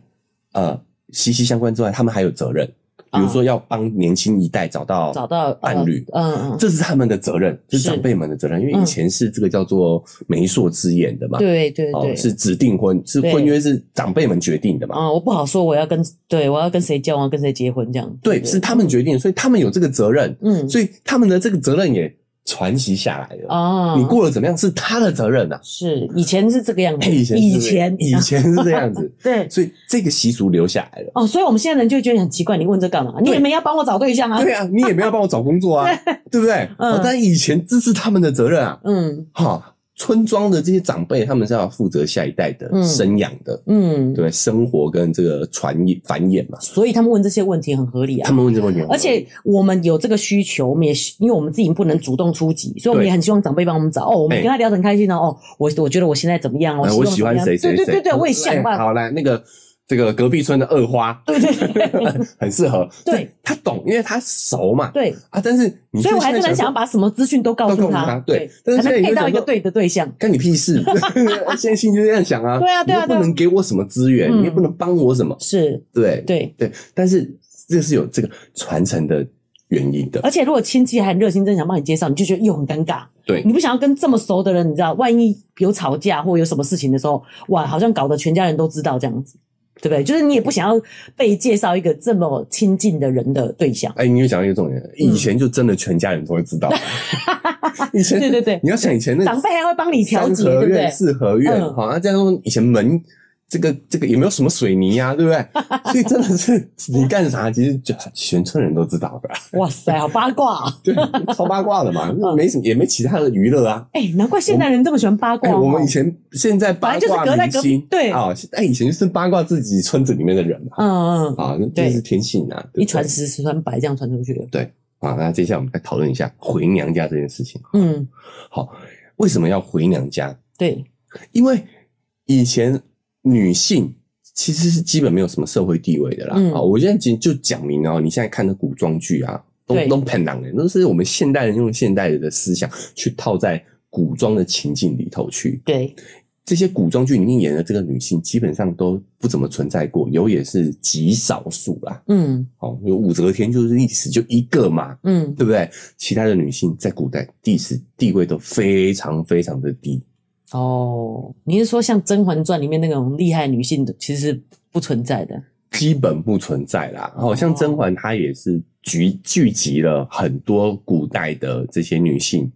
呃息息相关之外，他们还有责任，比如说要帮年轻一代找到
啊找到呃
伴侣
嗯嗯，
这是他们的责任，就是
是
长辈们的责任，因为
嗯
以前是这个叫做媒妁之言的嘛，
对对
哦，
对，
是指定婚，是
对
婚约是长辈们决定的嘛，
啊、我不好说我要跟对我要跟谁交往，跟谁结婚这样。
对，
不
是他们决定的，所以他们有这个责任，
嗯
所以他们的这个责任也传袭下来了。
啊，
你过得怎么样是他的责任呐、啊
是以前是这个样子，
以前
哦以
是这样
前 哦
以前是这样子，
对
所以这个习俗留下来了。
哦，所以我们现在人就觉得很奇怪，你问这干嘛？你也没要帮我找对象啊？
对啊，你也没有帮我找工 作啊，对不对？
嗯
哦但以前这是他们的责任啊，
嗯
哈，村庄的这些长辈他们是要负责下一代的
嗯
生养的，
嗯，
对，生活跟这个传衍繁衍嘛。
所以他们问这些问题很合理啊
他。们问这个问题很好，
而且我们有这个需求，我们也希因为我们自己不能主动出击，所以我们
对
也很希望长辈帮我们找。哦，我们
哎
跟他聊得很开心哦。哦，我我觉得我现在怎么样？哦
哎
希
我
望
喜
怎么
欢
样
谁谁谁，
对对对对，我也想
哎
办法。
好来，那个这个隔壁村的二花，
对对对
很适合。
对
他懂，因为他熟嘛。
对，
啊，但是你
所以我还是
现在
很想要
想说
把什么资讯都告
都
诉
告诉他对但是
才能
现
配
在你就
到
想
一个
说
对的对象。
干你 屁事！现在心就这样想啊。
对啊对啊
你又
对啊
不能给我什么资源，
嗯
你又不能帮我什么，
是，
对
对。
对。但是这是有这个传承的原因的，
而且如果亲戚还很热心，真的想帮你介绍，你就觉得又很尴尬。
对
你不想要跟这么熟的人，你知道，万一有吵架或有什么事情的时候，哇，好像搞得全家人都知道这样子，对不对？就是你也不想要被介绍一个这么亲近的人的对象。
哎，你又讲到一个重点，
嗯
以前就真的全家人都会 知道。以前
对对对
你要想以前那
长辈还会帮你调节，
三合
对不
院、
对？
四合院，
嗯
好，那这样说以前门这个这个也没有什么水泥呀、对 不对？所以真的是你干啥，其实就全村人都知道的，
哇塞，好八卦、啊！
对，超八卦的嘛，
嗯
没什么也没其他的娱乐啊。
哎、难怪现代人这么喜欢八卦、
哎，
哦
我们以前现在八
本来
卦
就是隔在
明
隔
星，
对
啊，哎，以前就是八卦自己村子里面的人嘛，
嗯嗯嗯，
啊，那这
对
是天性啊，对不对
一传十，十传百，这样传出去。
啊。那接下来我们来讨论一下回娘家这件事情。
嗯，
好，为什么要回娘家？
对，
因为以前女性其实是基本没有什么社会地位的啦。啊、
嗯
我现在就就讲明了哦，你现在看的古装剧啊，都
对
都骗人的，都是我们现代人用现代人的思想去套在古装的情境里头去。
对，
这些古装剧里面演的这个女性，基本上都不怎么存在过，有也是极少数啦。
嗯
哦，有武则天就是历史就一个嘛，
嗯，
对不对？其他的女性在古代历史地位都非常非常的低。
哦，你是说像《甄嬛传》里面那种厉害女性的，其实不存在的？
基本不存在啦。好、
哦
像甄嬛她也是聚聚集了很多古代的这些女性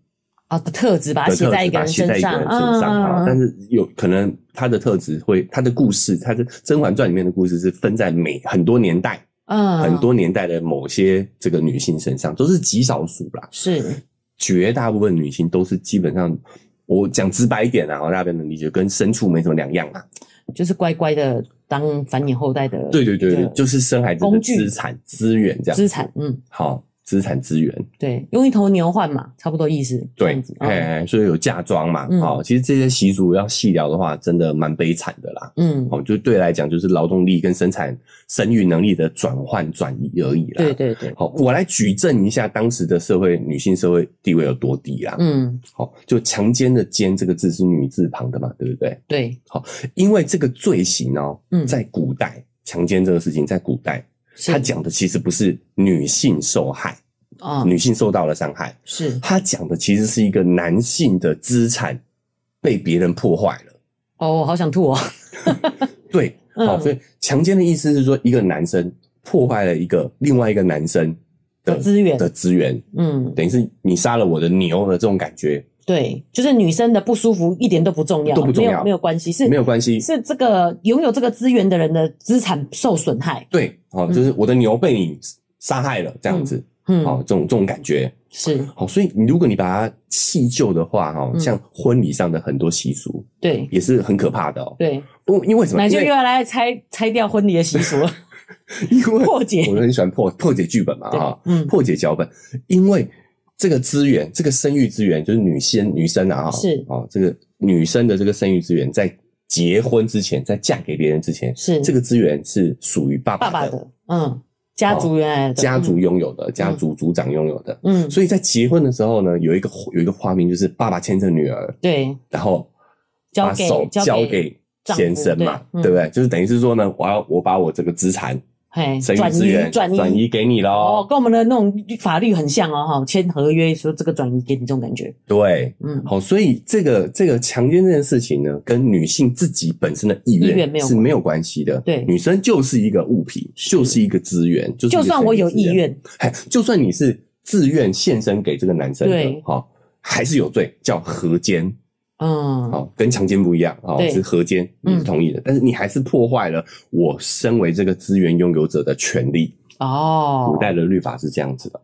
啊的特质，把它
的
写
特
在一
质，
个
把它
人
写在
身
一
上，
个
嗯
人身上啊。但
是
是有可能她的特质会，她的故事，她的《甄嬛传》里面的故事是分在每很多年代、
嗯
很多年代的某些这个女性身上，都是极少数啦。
是
绝大部分女性都是基本上。我讲直白一点啊，大家能理解，跟牲畜没什么两样啊。
就是乖乖的当繁衍后代的，
对对对对，就是生孩子的
工具
资产资源这样。
资产，嗯，
好，资产资源。
对，用一头牛换嘛，差不多意思，这
对
样子，，嗯
哎、所以有嫁妆嘛，
嗯
哦，其实这些习俗要细聊的话，真的蛮悲惨的啦。
嗯，
哦，就对来讲，就是劳动力跟生产生育能力的转换转移而已啦。
对。对对，
好，我来举证一下当时的社会女性社会地位有多低啦。
嗯，
好，就强奸的“奸”这个字是女字旁的嘛，对不对？
对，
因为这个罪行哦，
嗯
在古代强奸这个事情，在古代
是
它讲的其实不是女性受害，
啊，
女性受到了伤害，
是
他讲的其实是一个男性的资产被别人破坏了。
哦，我好想吐哦，
对，
嗯
好、所以强奸的意思是说，一个男生破坏了一个另外一个男生 的
的资源
的资源，
嗯，
等于是你杀了我的牛的这种感觉。
对，就是女生的不舒服一点都不重要，
都不重要
没有没有关系，是
没有关系。
是这个拥有这个资源的人的资产受损害。
对，好、就是我的牛被你杀害了这样子，
嗯，
好、这种这种感觉。
是
好，所以你如果你把它弃旧的话，哈、
嗯
像婚礼上的很多习俗
对
也是很可怕的哦。
对，
不，因为什么？
奶
因
就又
为
要来拆拆掉婚礼的习俗了，
因为啊
破解
我。很喜欢破破解剧本嘛，
对
哈、
嗯
破解脚本，因为这个资源，这个生育资源就是女性女生啊，哈
是
哦，这个女生的这个生育资源，在结婚之前，在嫁给别人之前，
是
这个资源是属于爸
爸爸
的
的，嗯，家族原来的
哦家族，拥有的，家族族长拥有的。
嗯，嗯
所以在结婚的时候呢，有一个有一个画面，就是爸爸牵着女儿，
对，
然后
交
把
给
手
交
交
给
给
丈夫
先生嘛，
对嗯
对不对？就是等于是说呢，我要我把我这个资产
嘿，
生
转
育资
移
源
转移
转移给你
哦，
喽。
跟我们的那种法律很像哦，哈，签合约说这个转移给你这种感觉，
对，
嗯，
好，所以这个这个强奸这件事情呢，跟女性自己本身的意
意愿没
愿
有
是没有关系的。
对
女生就是一个物品，就是一个资源，就是一
就
个
算我有意
生育资，
愿，
嘿就算你是自愿献身给这个男生
对
的，好、还是有罪，叫合奸，
嗯，
好、跟强奸不一样，好、
对嗯
是合奸，你是同意的，但是你还是破坏了我身为这个资源拥有者的权利。
哦
古，代的律法是这样子的，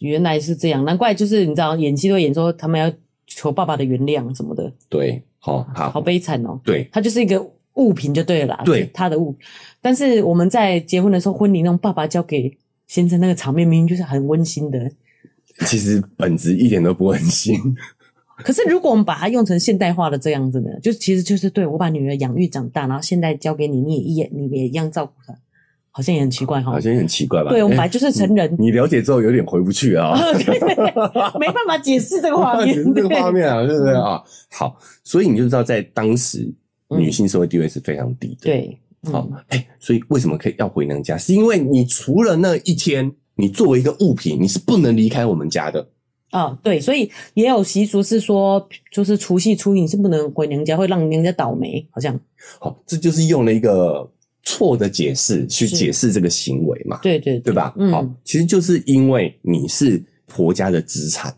原来是这样，难怪就是你知道演戏都会演说他们要求爸爸的原谅什么的，
对，好、好，
好悲惨哦，
对，
它就是一个物品就对了啦，
对
是他的物。但是我们在结婚的时候，婚礼那种爸爸交给先生那个场面，明明就是很温馨的。
其实本质一点都不温 馨。
可是如果我们把它用成现代化的这样子呢，就其实就是对我把女儿养育长大，然后现在交给你，你也一眼你也一样照顾她，好像也很奇怪哈
好。像也很奇怪吧？
对，我们
哎
本来就是成人，
你了解之后有点回不去啊、
哦对对对没办法解 释这个画 面
只是，这个
对
画面啊，对不对啊？好，所以你就知道，在当时女性社会地位是非常低 的。，
嗯对，
好
嗯，，
哎、所以为什么可以要回娘家？是因为你除了那一天，你作为一个物品，你是不能离开我们家的。
啊，对，所以也有习俗是说，就是除夕初一你是不能回娘家，会让娘家倒霉，好像
好，这就是用了一个错的解释去
是
解释这个行为嘛，
对对
对吧？
嗯
好，其实就是因为你是婆家的资产，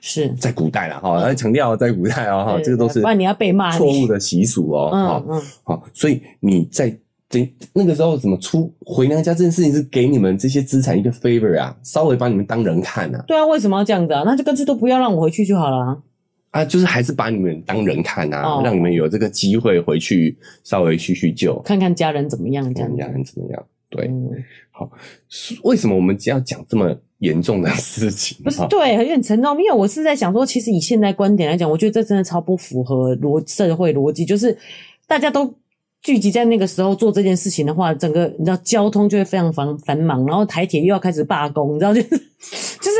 是
在古代啦，哈，要强调在古代啊，哈，
哦对
这个都是
不然你要被骂你
错误的习俗哦，
嗯
哈。
嗯，
好、所以你在这那个时候怎么出回娘家这件事情，是给你们这些资产一个 favor 啊，稍微把你们当人看啊，
对啊，为什么要这样子啊？那就干脆都不要让我回去就好了啊。
啊，就是还是把你们当人看啊，
哦
让你们有这个机会回去稍微叙叙旧，
看看家人怎么样这
看
样
人
子
家。人怎么样。对，
嗯，
为什么我们要讲这么严重的事情？
不是
哈
对，有点沉重，因为我是在想说，其实以现代观点来讲，我觉得这真的超不符合逻社会逻辑，就是大家都聚集在那个时候做这件事情的话，整个你知道交通就会非常繁繁忙，然后台铁又要开始罢工，你知道就是 就是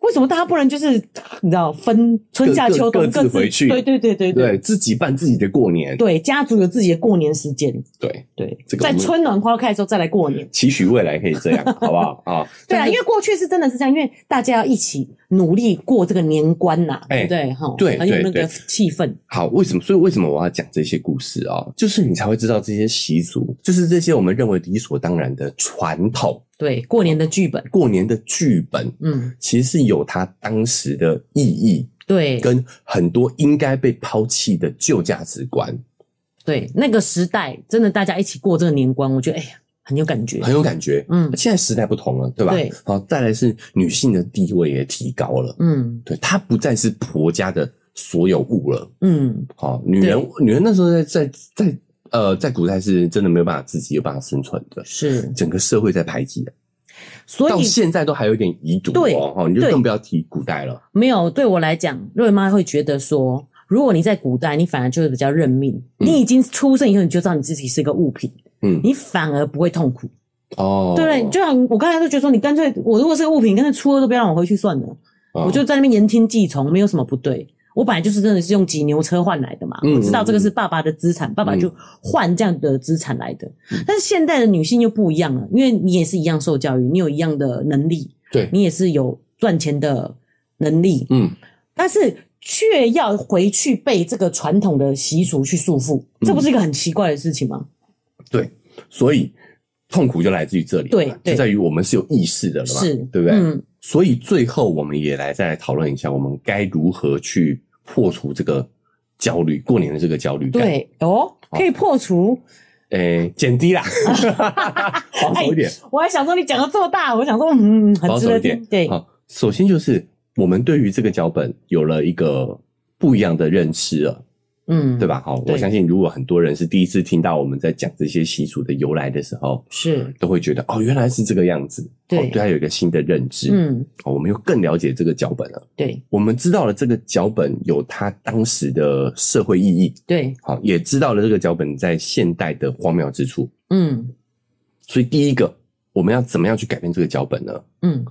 为什么大家不能就是你知道分春夏
各各
秋冬
各自回去
对对对对
对自己办自己的过年，
对，家族有自己的过年时间，
对，
对，
这个我
在
们
春暖花开的时候再来过年。
期许未来可以这样，好不好啊？
对啊，因为过去是真的是这样，因为大家要一起努力过这个年关呐、对
哎
不对？哈，
对
很有那
对
个
对
气氛。
好，为什么？所以为什么我要讲这些故事啊、就是你才会知道这些习俗，就是这些我们认为理所当然的传统，
对，过年的剧本，
过年的剧本，
嗯，
其实是有它当时的意义，
对，
跟很多应该被抛弃的旧价值观，
对，那个时代真的大家一起过这个年关，我觉得哎呀很有感觉。
很有感觉。
嗯
现在时代不同了，对吧？
对
好，再来是女性的地位也提高了，
嗯
对，她不再是婆家的所有物了。
嗯，
好，女人，女人那时候在在在呃，在古代是真的没有办法自己有办法生存的。
是，
整个社会在排挤的，啊
所
到
以
现在都还有点遗毒
对
哦，哦你就
对
更不要提古代了。
没有对我来讲，瑞妈会觉得说，如果你在古代，你反而就是比较认命，
嗯
你已经出生以后你就知道你自己是个物品，
嗯，
你反而不会痛苦。
哦，
对不对，就像我刚才就觉得说，你干脆我如果是个物品，干脆初二都不要让我回去算了。
哦
我就在那边言听计从，没有什么不对。我本来就是真的是用挤牛车换来的嘛，
嗯
我知道这个是爸爸的资产，爸爸就换这样的资产来的。
嗯
但是现代的女性又不一样了，因为你也是一样受教育，你有一样的能力，
对，
你也是有赚钱的能力，
嗯，
但是却要回去被这个传统的习俗去束缚，
嗯
这不是一个很奇怪的事情吗？
对，所以痛苦就来自于这里嘛，
对对
就在于我们是有意识的了嘛，
是
对不对？
嗯，
所以最后我们也来再来讨论一下，我们该如何去破除这个焦虑，过年的这个焦虑感，，
对哦，可以破除。
诶，减低啦，保守一点，
我还想说你讲的这么大，我想说嗯，哎很
保
值
守
得
一点
听。。对，
好，首先就是我们对于这个脚本有了一个不一样的认识了，
嗯，
对？吧？好，
对
我相信如果很多人是第一次听到我们在讲这些习俗的由来的时候，
是，
都会觉得哦，原来是这个样子，
对
哦对他有一个新的认知。
嗯，
哦，我们又更了解这个脚本了。
对
我们知道了这个脚本有它当时的社会意义，
对，
好，也知道了这个脚本在现代的荒谬之处。
嗯
所以第一个，我们要怎么样去改变这个脚本呢？
嗯，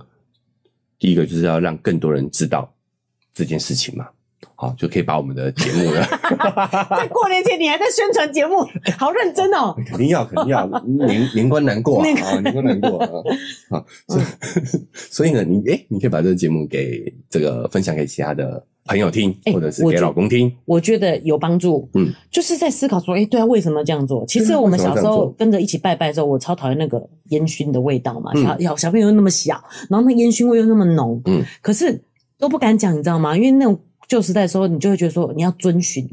第一个就是要让更多人知道这件事情嘛，好，就可以把我们的节目呢，
在过年前你还在宣传节目，好认真哦。
肯定要肯定要 年年关难过啊，
年
啊年关难过 啊，好，所以 所以呢，你诶、你可以把这个节目给这个分享给其他的朋友听，
诶
或者是
我
给
觉
老公听，
我觉得有帮助。
嗯，
就是在思考说，哎、对啊，为什么这样做？其实我们小时候跟着一起拜拜的时候，我超讨厌那个烟熏的味道嘛。
嗯
小小小朋友又那么小，然后那烟熏味又那么浓，
嗯，
可是都不敢讲，你知道吗？因为那种旧时代的时候，你就会觉得说你要遵循。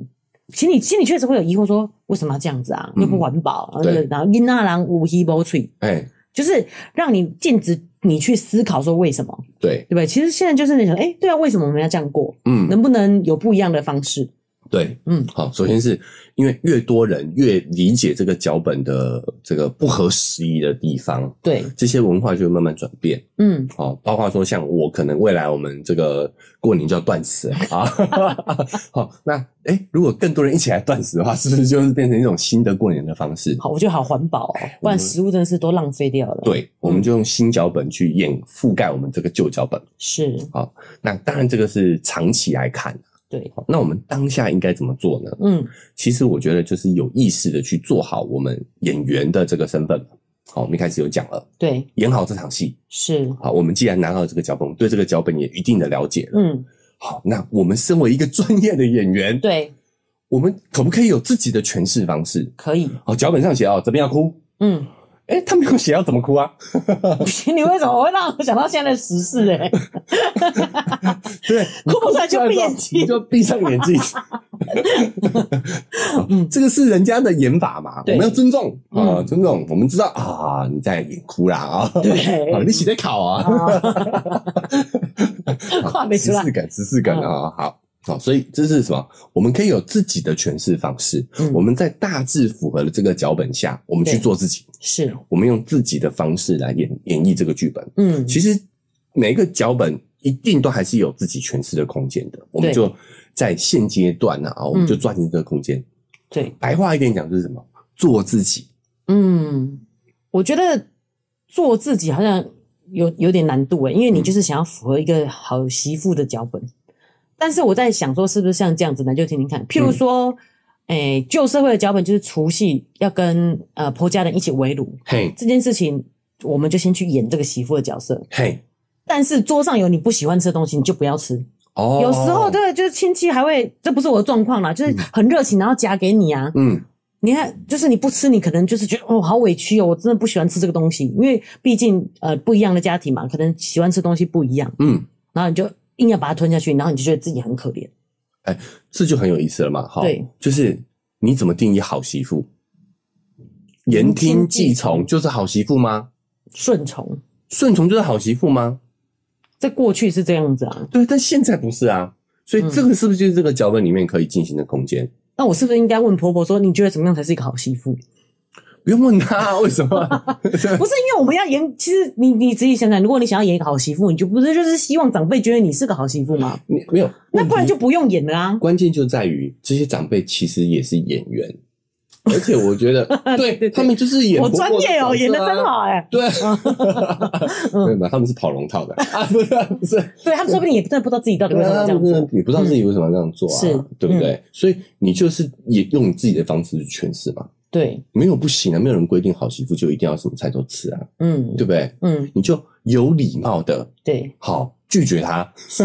其实你心里确实会有疑惑说，为什么要这样子啊？
嗯
又不环保，然后
对
然后因那郎无希无吹，
哎、
就是让你禁止你去思考说为什么，
对
对，不对？其实现在就是你想，哎，对啊，为什么我们要这样过？
嗯，
能不能有不一样的方式？
对，
嗯，
好，首先是因为越多人越理解这个脚本的这个不合时宜的地方，
对，
这些文化就会慢慢转变。
嗯，
哦，包括说像我可能未来我们这个过年就要断食了啊， 好，那诶、如果更多人一起来断食的话，是不是就是变成一种新的过年的方式？
好，我觉得好环保哦，不
我们
然食物真的是都浪费掉了。，
哎嗯对，我们就用新脚本去掩覆盖我们这个旧脚本。
是，
那当然，这个是长期来看。
对，
那我们当下应该怎么做呢？
嗯，
其实我觉得就是有意识的去做好我们演员的这个身份。好，我们一开始有讲了，
对，
演好这场戏。
是，
好，我们既然拿到这个脚本，我们对这个脚本也一定的了解了。
嗯，
好，那我们身为一个专业的演员，
对，
我们可不可以有自己的诠释方式？
可以，
好，脚本上写哦，这边要哭，
嗯，
哎，他没有写要怎么哭啊？
你为什么会让我想到现在的时事、欸？ 哎，
对，
哭不出来就闭眼睛
你就闭上眼 睛。
嗯
这个是人家的演法嘛，我
对
们要尊重啊、
嗯
尊重。我们知道啊，你在演哭啦啊，
对
啊你写在考啊，
啊，话没嗯出
十
来
四梗，十四梗啊，好。好，所以这是什么？我们可以有自己的诠释方式。
嗯
我们在大致符合了这个脚本下，我们去
对
做自己，
是，
我们用自己的方式来演演绎这个剧本。
嗯，
其实每一个脚本一定都还是有自己诠释的空间的。我们
对
就在现阶段啊，我们就
嗯
抓紧这个空间。
对，
白话一点讲就是什么？做自己。
嗯，我觉得做自己好像有有点难度哎、因为你就是想要符合一个好媳妇的脚本。但是我在想说，是不是像这样子呢？就听听看，譬如说，哎、旧社会的脚本就是除夕要跟呃婆家人一起围炉
嘿，
这件事情，我们就先去演这个媳妇的角色。
嘿，
但是桌上有你不喜欢吃的东西，你就不要吃。
哦，
有时候，对，就是亲戚还会，这不是我的状况啦，就是很热情，然后夹给你啊。
嗯，
你看，就是你不吃，你可能就是觉得哦，好委屈哦，我真的不喜欢吃这个东西，因为毕竟呃不一样的家庭嘛，可能喜欢吃东西不一样，
嗯，
然后你就硬要把它吞下去，然后你就觉得自己很可怜。
这就很有意思了嘛。哈，
对，
就是你怎么定义好媳妇？
言
言听
听
计
计
从
从
就是好媳妇吗？
顺从，
顺从就是好媳妇吗？
在过去是这样子啊，
对，但现在不是啊。所以
嗯
这个是不是就是这个脚本里面可以进行的空间？
那我是不是应该问婆婆说，你觉得怎么样才是一个好媳妇？
不用问他啊、为什么？
不是因为我们要演，其实你你仔细想想，如果你想要演一个好媳妇，你就不是就是希望长辈觉得你是个好媳妇吗？
你没有，
那不然
嗯问题
就不用演了啊。
关键就在于这些长辈其实也是演员，而且我觉得 对
对对
他们就是演
我
婆婆
专业哦，
角
演
色啊
的真。好哎、
对， 没有没有，他们是跑龙套的 啊，不是不是，
对他们说不定也真的不知道自己到底为什么要
他
这样
们真
子
的。也不知道自己为什么要这样做
嗯
啊，
是
对不对？所以你就是也用你自己的方式去诠释嘛，
对，
没有不行啊，没有人规定好媳妇就一定要什么菜都吃啊，
嗯
对不对？
嗯，
你就有礼貌的
对，
好拒绝他
是。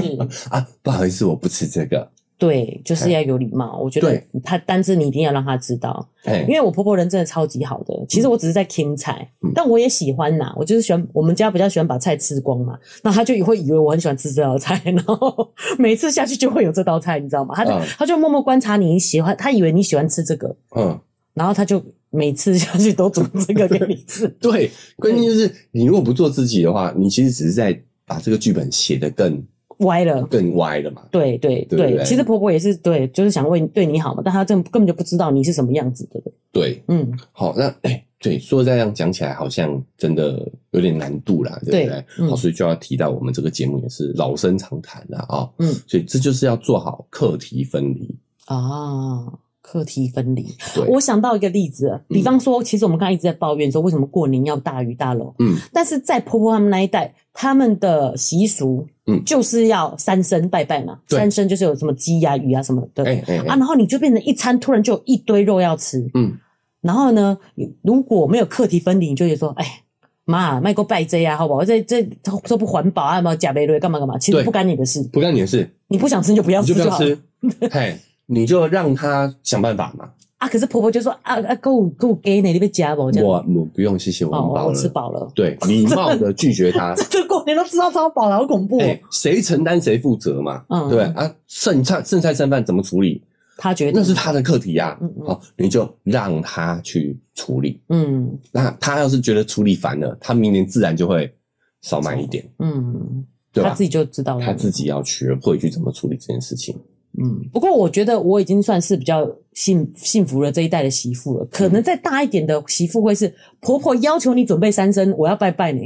啊，不好意思，我不吃这个
对，就是要有礼貌。我觉得
对
他单字你一定要让他知道，
哎
因，为我婆婆人真的超级好的。其实我只是在听菜，
嗯
但我也喜欢呐。我就是喜欢我们家比较喜欢把菜吃光嘛，那他就会以为我很喜欢吃这道菜，然后 每次下去就会有这道菜，你知道吗？他就、
嗯
他就默默观察你喜欢，他以为你喜欢吃这个，
嗯，。
然后他就每次下去都煮这个给你吃
对，关键就是你如果不做自己的话，你其实只是在把这个剧本写得更
歪了。
更歪了嘛。
对对
对不对
其实婆婆也是对，就是想为对你好嘛，但她真的根本就不知道你是什么样子的人。
对，
嗯，
好，那哎、对，说这样讲起来好像真的有点难度啦，对不对？
对嗯
好，所以就要提到我们这个节目也是老生常谈啦啊、
嗯
所以这就是要做好课题分离。
啊，课题分离。
对，嗯
我想到一个例子，比方说，其实我们刚才一直在抱怨说，为什么过年要大鱼大肉，
嗯，
但是在婆婆他们那一代，他们的习俗，
嗯
就是要三牲拜拜嘛，
对
三牲就是有什么鸡呀、鱼啊什么的。
哎哎
啊，
哎，
然后你就变成一餐，突然就有一堆肉要吃，
嗯，
然后呢，你如果没有课题分离，你就会说，哎。妈，卖个拜这啊，好不好？这这这这不环保啊，嘛假贝瑞干嘛干嘛？其实
对
不干你的事，
不干你的事，
你不想吃你就不要
你
吃
就不要
好了
吃，嘿，你就让他想办法嘛。
啊。可是婆婆就说啊啊，够够给你，你被夹吧，这样。
我我不用，谢谢，我
哦，
很饱
我
了。
吃饱了。
对，礼貌的拒绝他。
这过年都吃到超饱了，好恐怖、哦！
哎、谁承担谁负责嘛？
嗯
对啊，剩菜剩菜剩饭怎么处理，
他觉得
那是他的课题啊。
嗯嗯
好，你就让他去处理。
嗯
那他要是觉得处理烦了，他明年自然就会少买一点，
嗯，
对
他
吧
自？己就知道了。
他自己要学会去怎么处理这件事情。
嗯，不过我觉得我已经算是比较幸幸福了这一代的媳妇了。可能再大一点的媳妇会是婆婆要求你准备三牲，我要拜拜呢。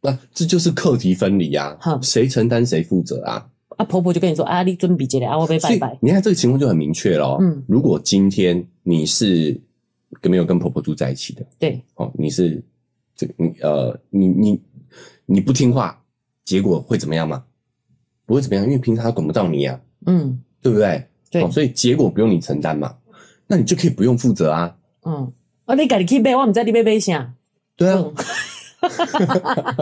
那这就是课题分离啊
哼，
谁承担谁负责啊？
啊，婆婆就跟你说啊，你准备这个啊，我被
所
拜
以
拜。
你看这个情况就很明确咯。
嗯
如果今天你是跟没有跟婆婆住在一起的，
对，
哦，你是这个你呃，你你你不听话，结果会怎么样吗？不会怎么样，因为平常她管不到你啊，
嗯，
对不对？
对
哦，所以结果不用你承担嘛，那你就可以不用负责啊，
嗯，啊，你家己去买，我唔知你要买啥。
对啊，
嗯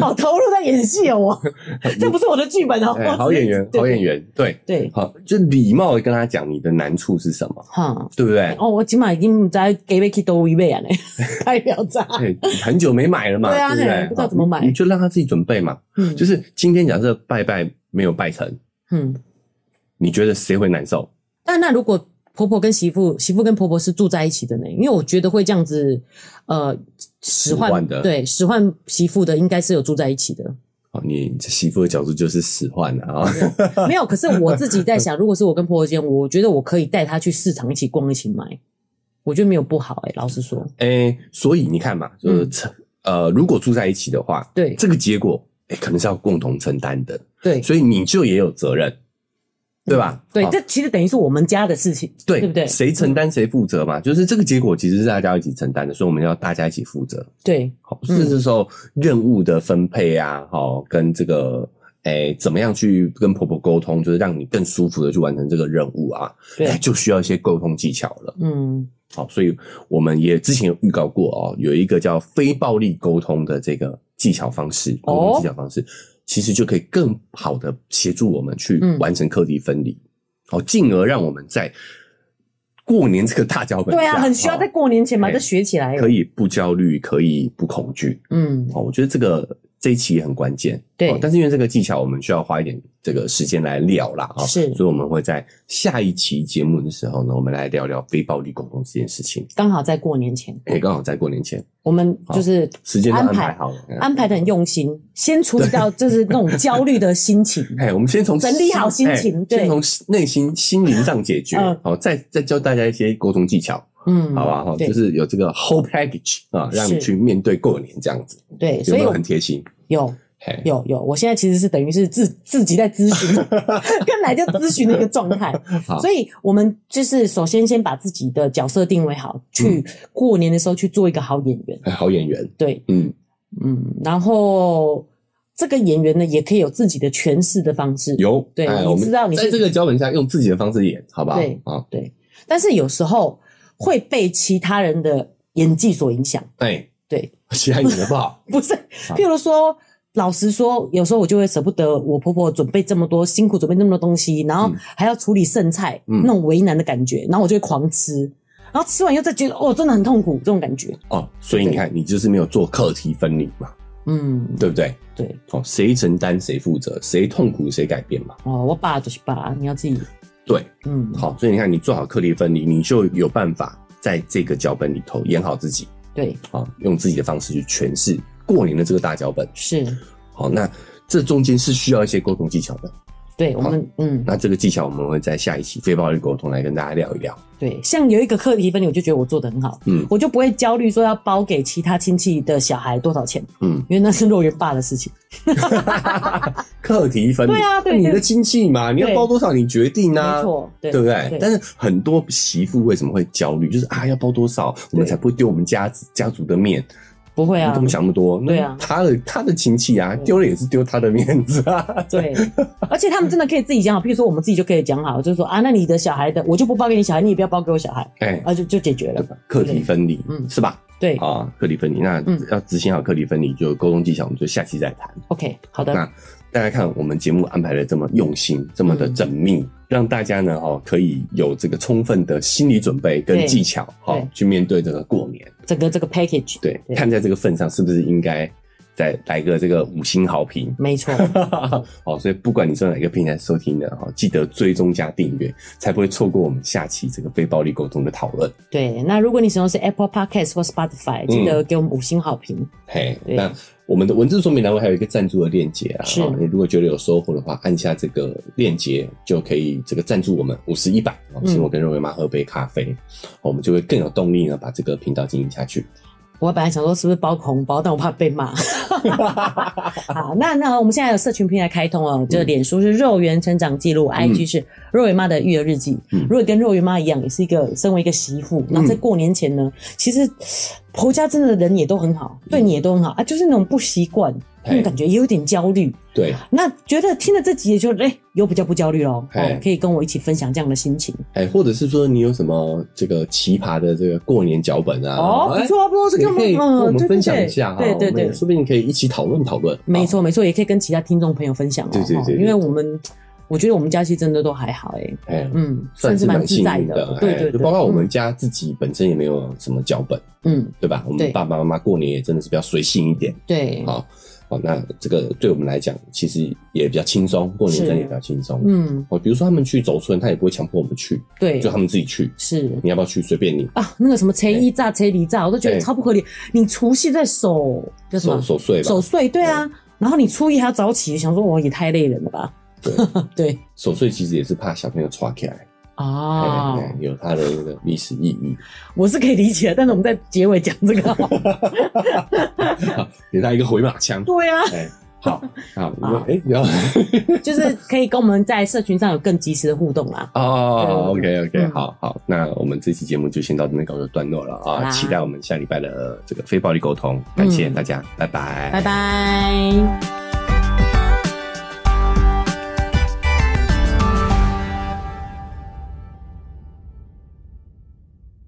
好投入在演戏哦，我这不是我的剧本哦。
哎，
我
好
只是
演员，好演。员，对，
对，对
好，就礼貌的跟他讲你的难处是什么，
哈、
对不对？
哦，我起码已经不知道给位去多一 位啊呢，太表彰。
对，很久没买了嘛，
对啊
不对？
嘿不知道怎么买
好你你就让他自己准备嘛。
嗯，
就是是今天假设拜拜没有拜成，
嗯，
你觉得谁会难受？
但那如果婆婆跟媳妇，媳妇跟婆婆是住在一起的呢，因为我觉得会这样子，呃，使
使
唤
唤的
对使唤媳妇的应该是有住在一起 的，
哦，你媳妇的角度就是使唤了啊。
没有。可是我自己在想，如果是我跟婆婆之间，我觉得我可以带她去市场一起逛，一起买，我觉得没有不好哎、老实说，
诶、哎所以你看嘛，就是
嗯
承、呃，如果住在一起的话，
对
这个结果，诶、可能是要共同承担的，
对
所以你就也有责任，对吧？
嗯对，
好
这其实等于是我们家的事情，
对
对不对？
谁承担谁负责嘛，就是这个结果其实是大家一起承担的，所以我们要大家一起负责。
对，
好，
嗯
是这时候任务的分配啊，好，跟这个。诶怎么样去跟婆婆沟通，就是让你更舒服的去完成这个任务啊？
对
诶就需要一些沟通技巧了。
嗯
好，所以我们也之前有预告过哦，有一个叫非暴力沟通的这个技巧方式，
哦
沟通技巧方式，其实就可以更好的协助我们去
嗯
完成课题分离，好，进而让我们在过年这个大脚本下，
对啊，很需要在
哦
过年前把
哎
这学起来，
可以不焦虑，可以不恐惧。
嗯，
哦，我觉得这个这一期也很关键，
对
哦但是因为这个技巧，我们需要花一点这个时间来聊啦，啊、
是
所以我们会在下一期节目的时候呢，我们来聊聊非暴力沟通这件事情。
刚好在过年前。
也哎刚好在过年前，
我们就是
时间都安
安
排
排
好了。嗯
安排的很用心，先处理掉就是那种焦虑的心 情。
哎，我们先从
整理好心情
哎
对
先从内心心灵上解决
嗯，
好，再再教大家一些沟通技巧，
嗯，
好吧？哈，
对
就是有这个 whole package 啊，让你
是
去面对过年这样子，
对，
有
所
没
以
有
我
很贴心？
有
嘿，
有有，我现在其实是等于是自自己在咨 询，跟来就咨询的一个状态
好。
所以我们就是首先先把自己的角色定位好，
嗯
去过年的时候去做一个好演员。
哎，好演员，
对，
嗯，
嗯，然后这个演员呢也可以有自己的诠释的方式。
有，
对
哎
你
我们
知道你是
在这个脚本下用自己的方式演，好不好？
对
啊，
但是有时候会被其他人的演技所影响。
哎，
对，
其他演的不好，
不是，
好
譬如说，老实说，有时候我就会舍不得我婆婆准备这么多，辛苦准备那么多东西，然后
嗯
还要处理剩菜，
嗯
那种为难的感觉，然后我就会狂吃，然后吃完又再觉得哦，真的很痛苦这种感觉。
哦，所以你看，你就是没有做课题分离嘛，
嗯，
对不对？
对，
哦，谁承担谁负责，谁痛苦谁改变嘛。
哦，我爸就是爸，你要自己，
对，
嗯，，
好，所以你看，你做好课题分离，你就有办法在这个脚本里头演好自己
对，
啊、用自己的方式去诠释过年的这个大脚本。
是，
好，那这中间是需要一些沟通技巧的。
对我们，嗯，
那这个技巧我们会在下一期非暴力沟通来跟大家聊一聊。
对，像有一个课题分离，我就觉得我做的很好，
嗯
我就不会焦虑说要包给其他亲戚的小孩多少钱，
嗯，
因为那是肉圆爸的事情。
课题分离，
对啊对
你
对
的亲戚嘛，你要
对
包多少你决定啊。
没错，对，
对不对？
对
但是很多媳妇为什么会焦虑？就是啊，要包多少，我们才不会丢我们家家族的面？
不会
你
啊
怎么，想那么多？那
对啊
他的他的亲戚啊，
对
丢了也是丢他的面子啊。
对，而且他们真的可以自己讲好，譬如说我们自己就可以讲好，就是说啊，那你的小孩的，我就不包给你小孩，你也不要包给我小孩，
哎，
啊，就就解决了。
课题分离，
嗯
是吧？
对
啊，课题分离，那
嗯
要执行好课题分离，就沟通技巧，我们就下期再谈。
，OK，好的，嗯
那大家看我们节目安排的这么用心，这么的缜密，让大家呢哦可以有这个充分的心理准备跟
对
技巧，哦
对，
去面对这个过年。
整个这个 package，
对，
对
看在这个份上，是不是应该再来个这个五星 好评？
没错，
好，所以不管你是哪个平台收听的哈，记得追踪加订阅，才不会错过我们下期这个非暴力沟通的讨论。
对。那如果你使用是 Apple Podcast 或
嗯
Spotify，记得给我们五星好评。
嘿，
对
那我们的文字说明栏位还有一个赞助的链接啊，
是
哦你如果觉得有收获的话，按下这个链接就可以这个赞助我们五十一百，哦
嗯
请我跟肉圆妈喝杯咖啡，哦我们就会更有动力呢把这个频道经营下去。
我本来想说是不是包红包，但我怕被 骂。好，那那我们现在有社群平台开通哦，
嗯
就脸书是肉圆成长记录、i g 是肉圆妈的育儿日记。
嗯
如果跟肉圆妈一样，也是一个身为一个媳妇，然后在过年前呢，其实婆家真的人也都很好，对你也都很好啊，就是那种不习惯，那
嘿
种感觉也有点焦虑。
对，
那觉得听了这集也就哎、有比较不焦虑咯，
嘿
哦，可以跟我一起分享这样的心情。
哎，或者是说你有什么这个奇葩的这个过年脚本啊？
哦，
哎
不错不错，这
你
个
可以跟
嗯
我们
对
分
对
享
对
一下哈，
对对
我们
对
也。说不定可以一起讨论讨论。啊
没错，没错，也可以跟其他听众朋友分享哦。
对对对
哦
对对
因为我们我觉得我们假期真的都还好哎、
好，哎，
嗯，
算
是
是
蛮
蛮
自
幸
在
运
的
的，，
对
哎
对
就
对，
包括我们家自己本身也没有什么脚本，
嗯，嗯，
对吧？我
对嗯
们爸爸妈妈过年也真的是比较随性一点，
对，
好，好，那这个对我们来讲其实也比较轻松，过年
是
真的也比较轻松。
嗯，
哦，比如说他们去走村，他也不会强迫我们去，
对
就，他们自己去。
是
你要不要去？随便你。
啊，那个什么车一炸、车离炸，我都觉得
对
超不合理。你除夕在守叫什
哎守
么？
守岁吧，
守岁，对啊。然后你初一还要早起，想说我也太累人了吧？
对
对
守岁其实也是怕小朋友抓起来，
啊，
哎哎有它的那个历史意义。
我是可以理解的，但是我们在结尾讲这个好吗，
给他一个回马枪。
对啊，
哎， 好，好，
好
哎、不要
就是可以跟我们在社群上有更及时的互动啦。
哦，OK OK，
嗯
好好，那我们这期节目就先到这边告一个段落了
好
啊，
啦
期
嗯
待我们下礼拜的这个非暴力沟通，感谢大家，拜拜，
拜拜。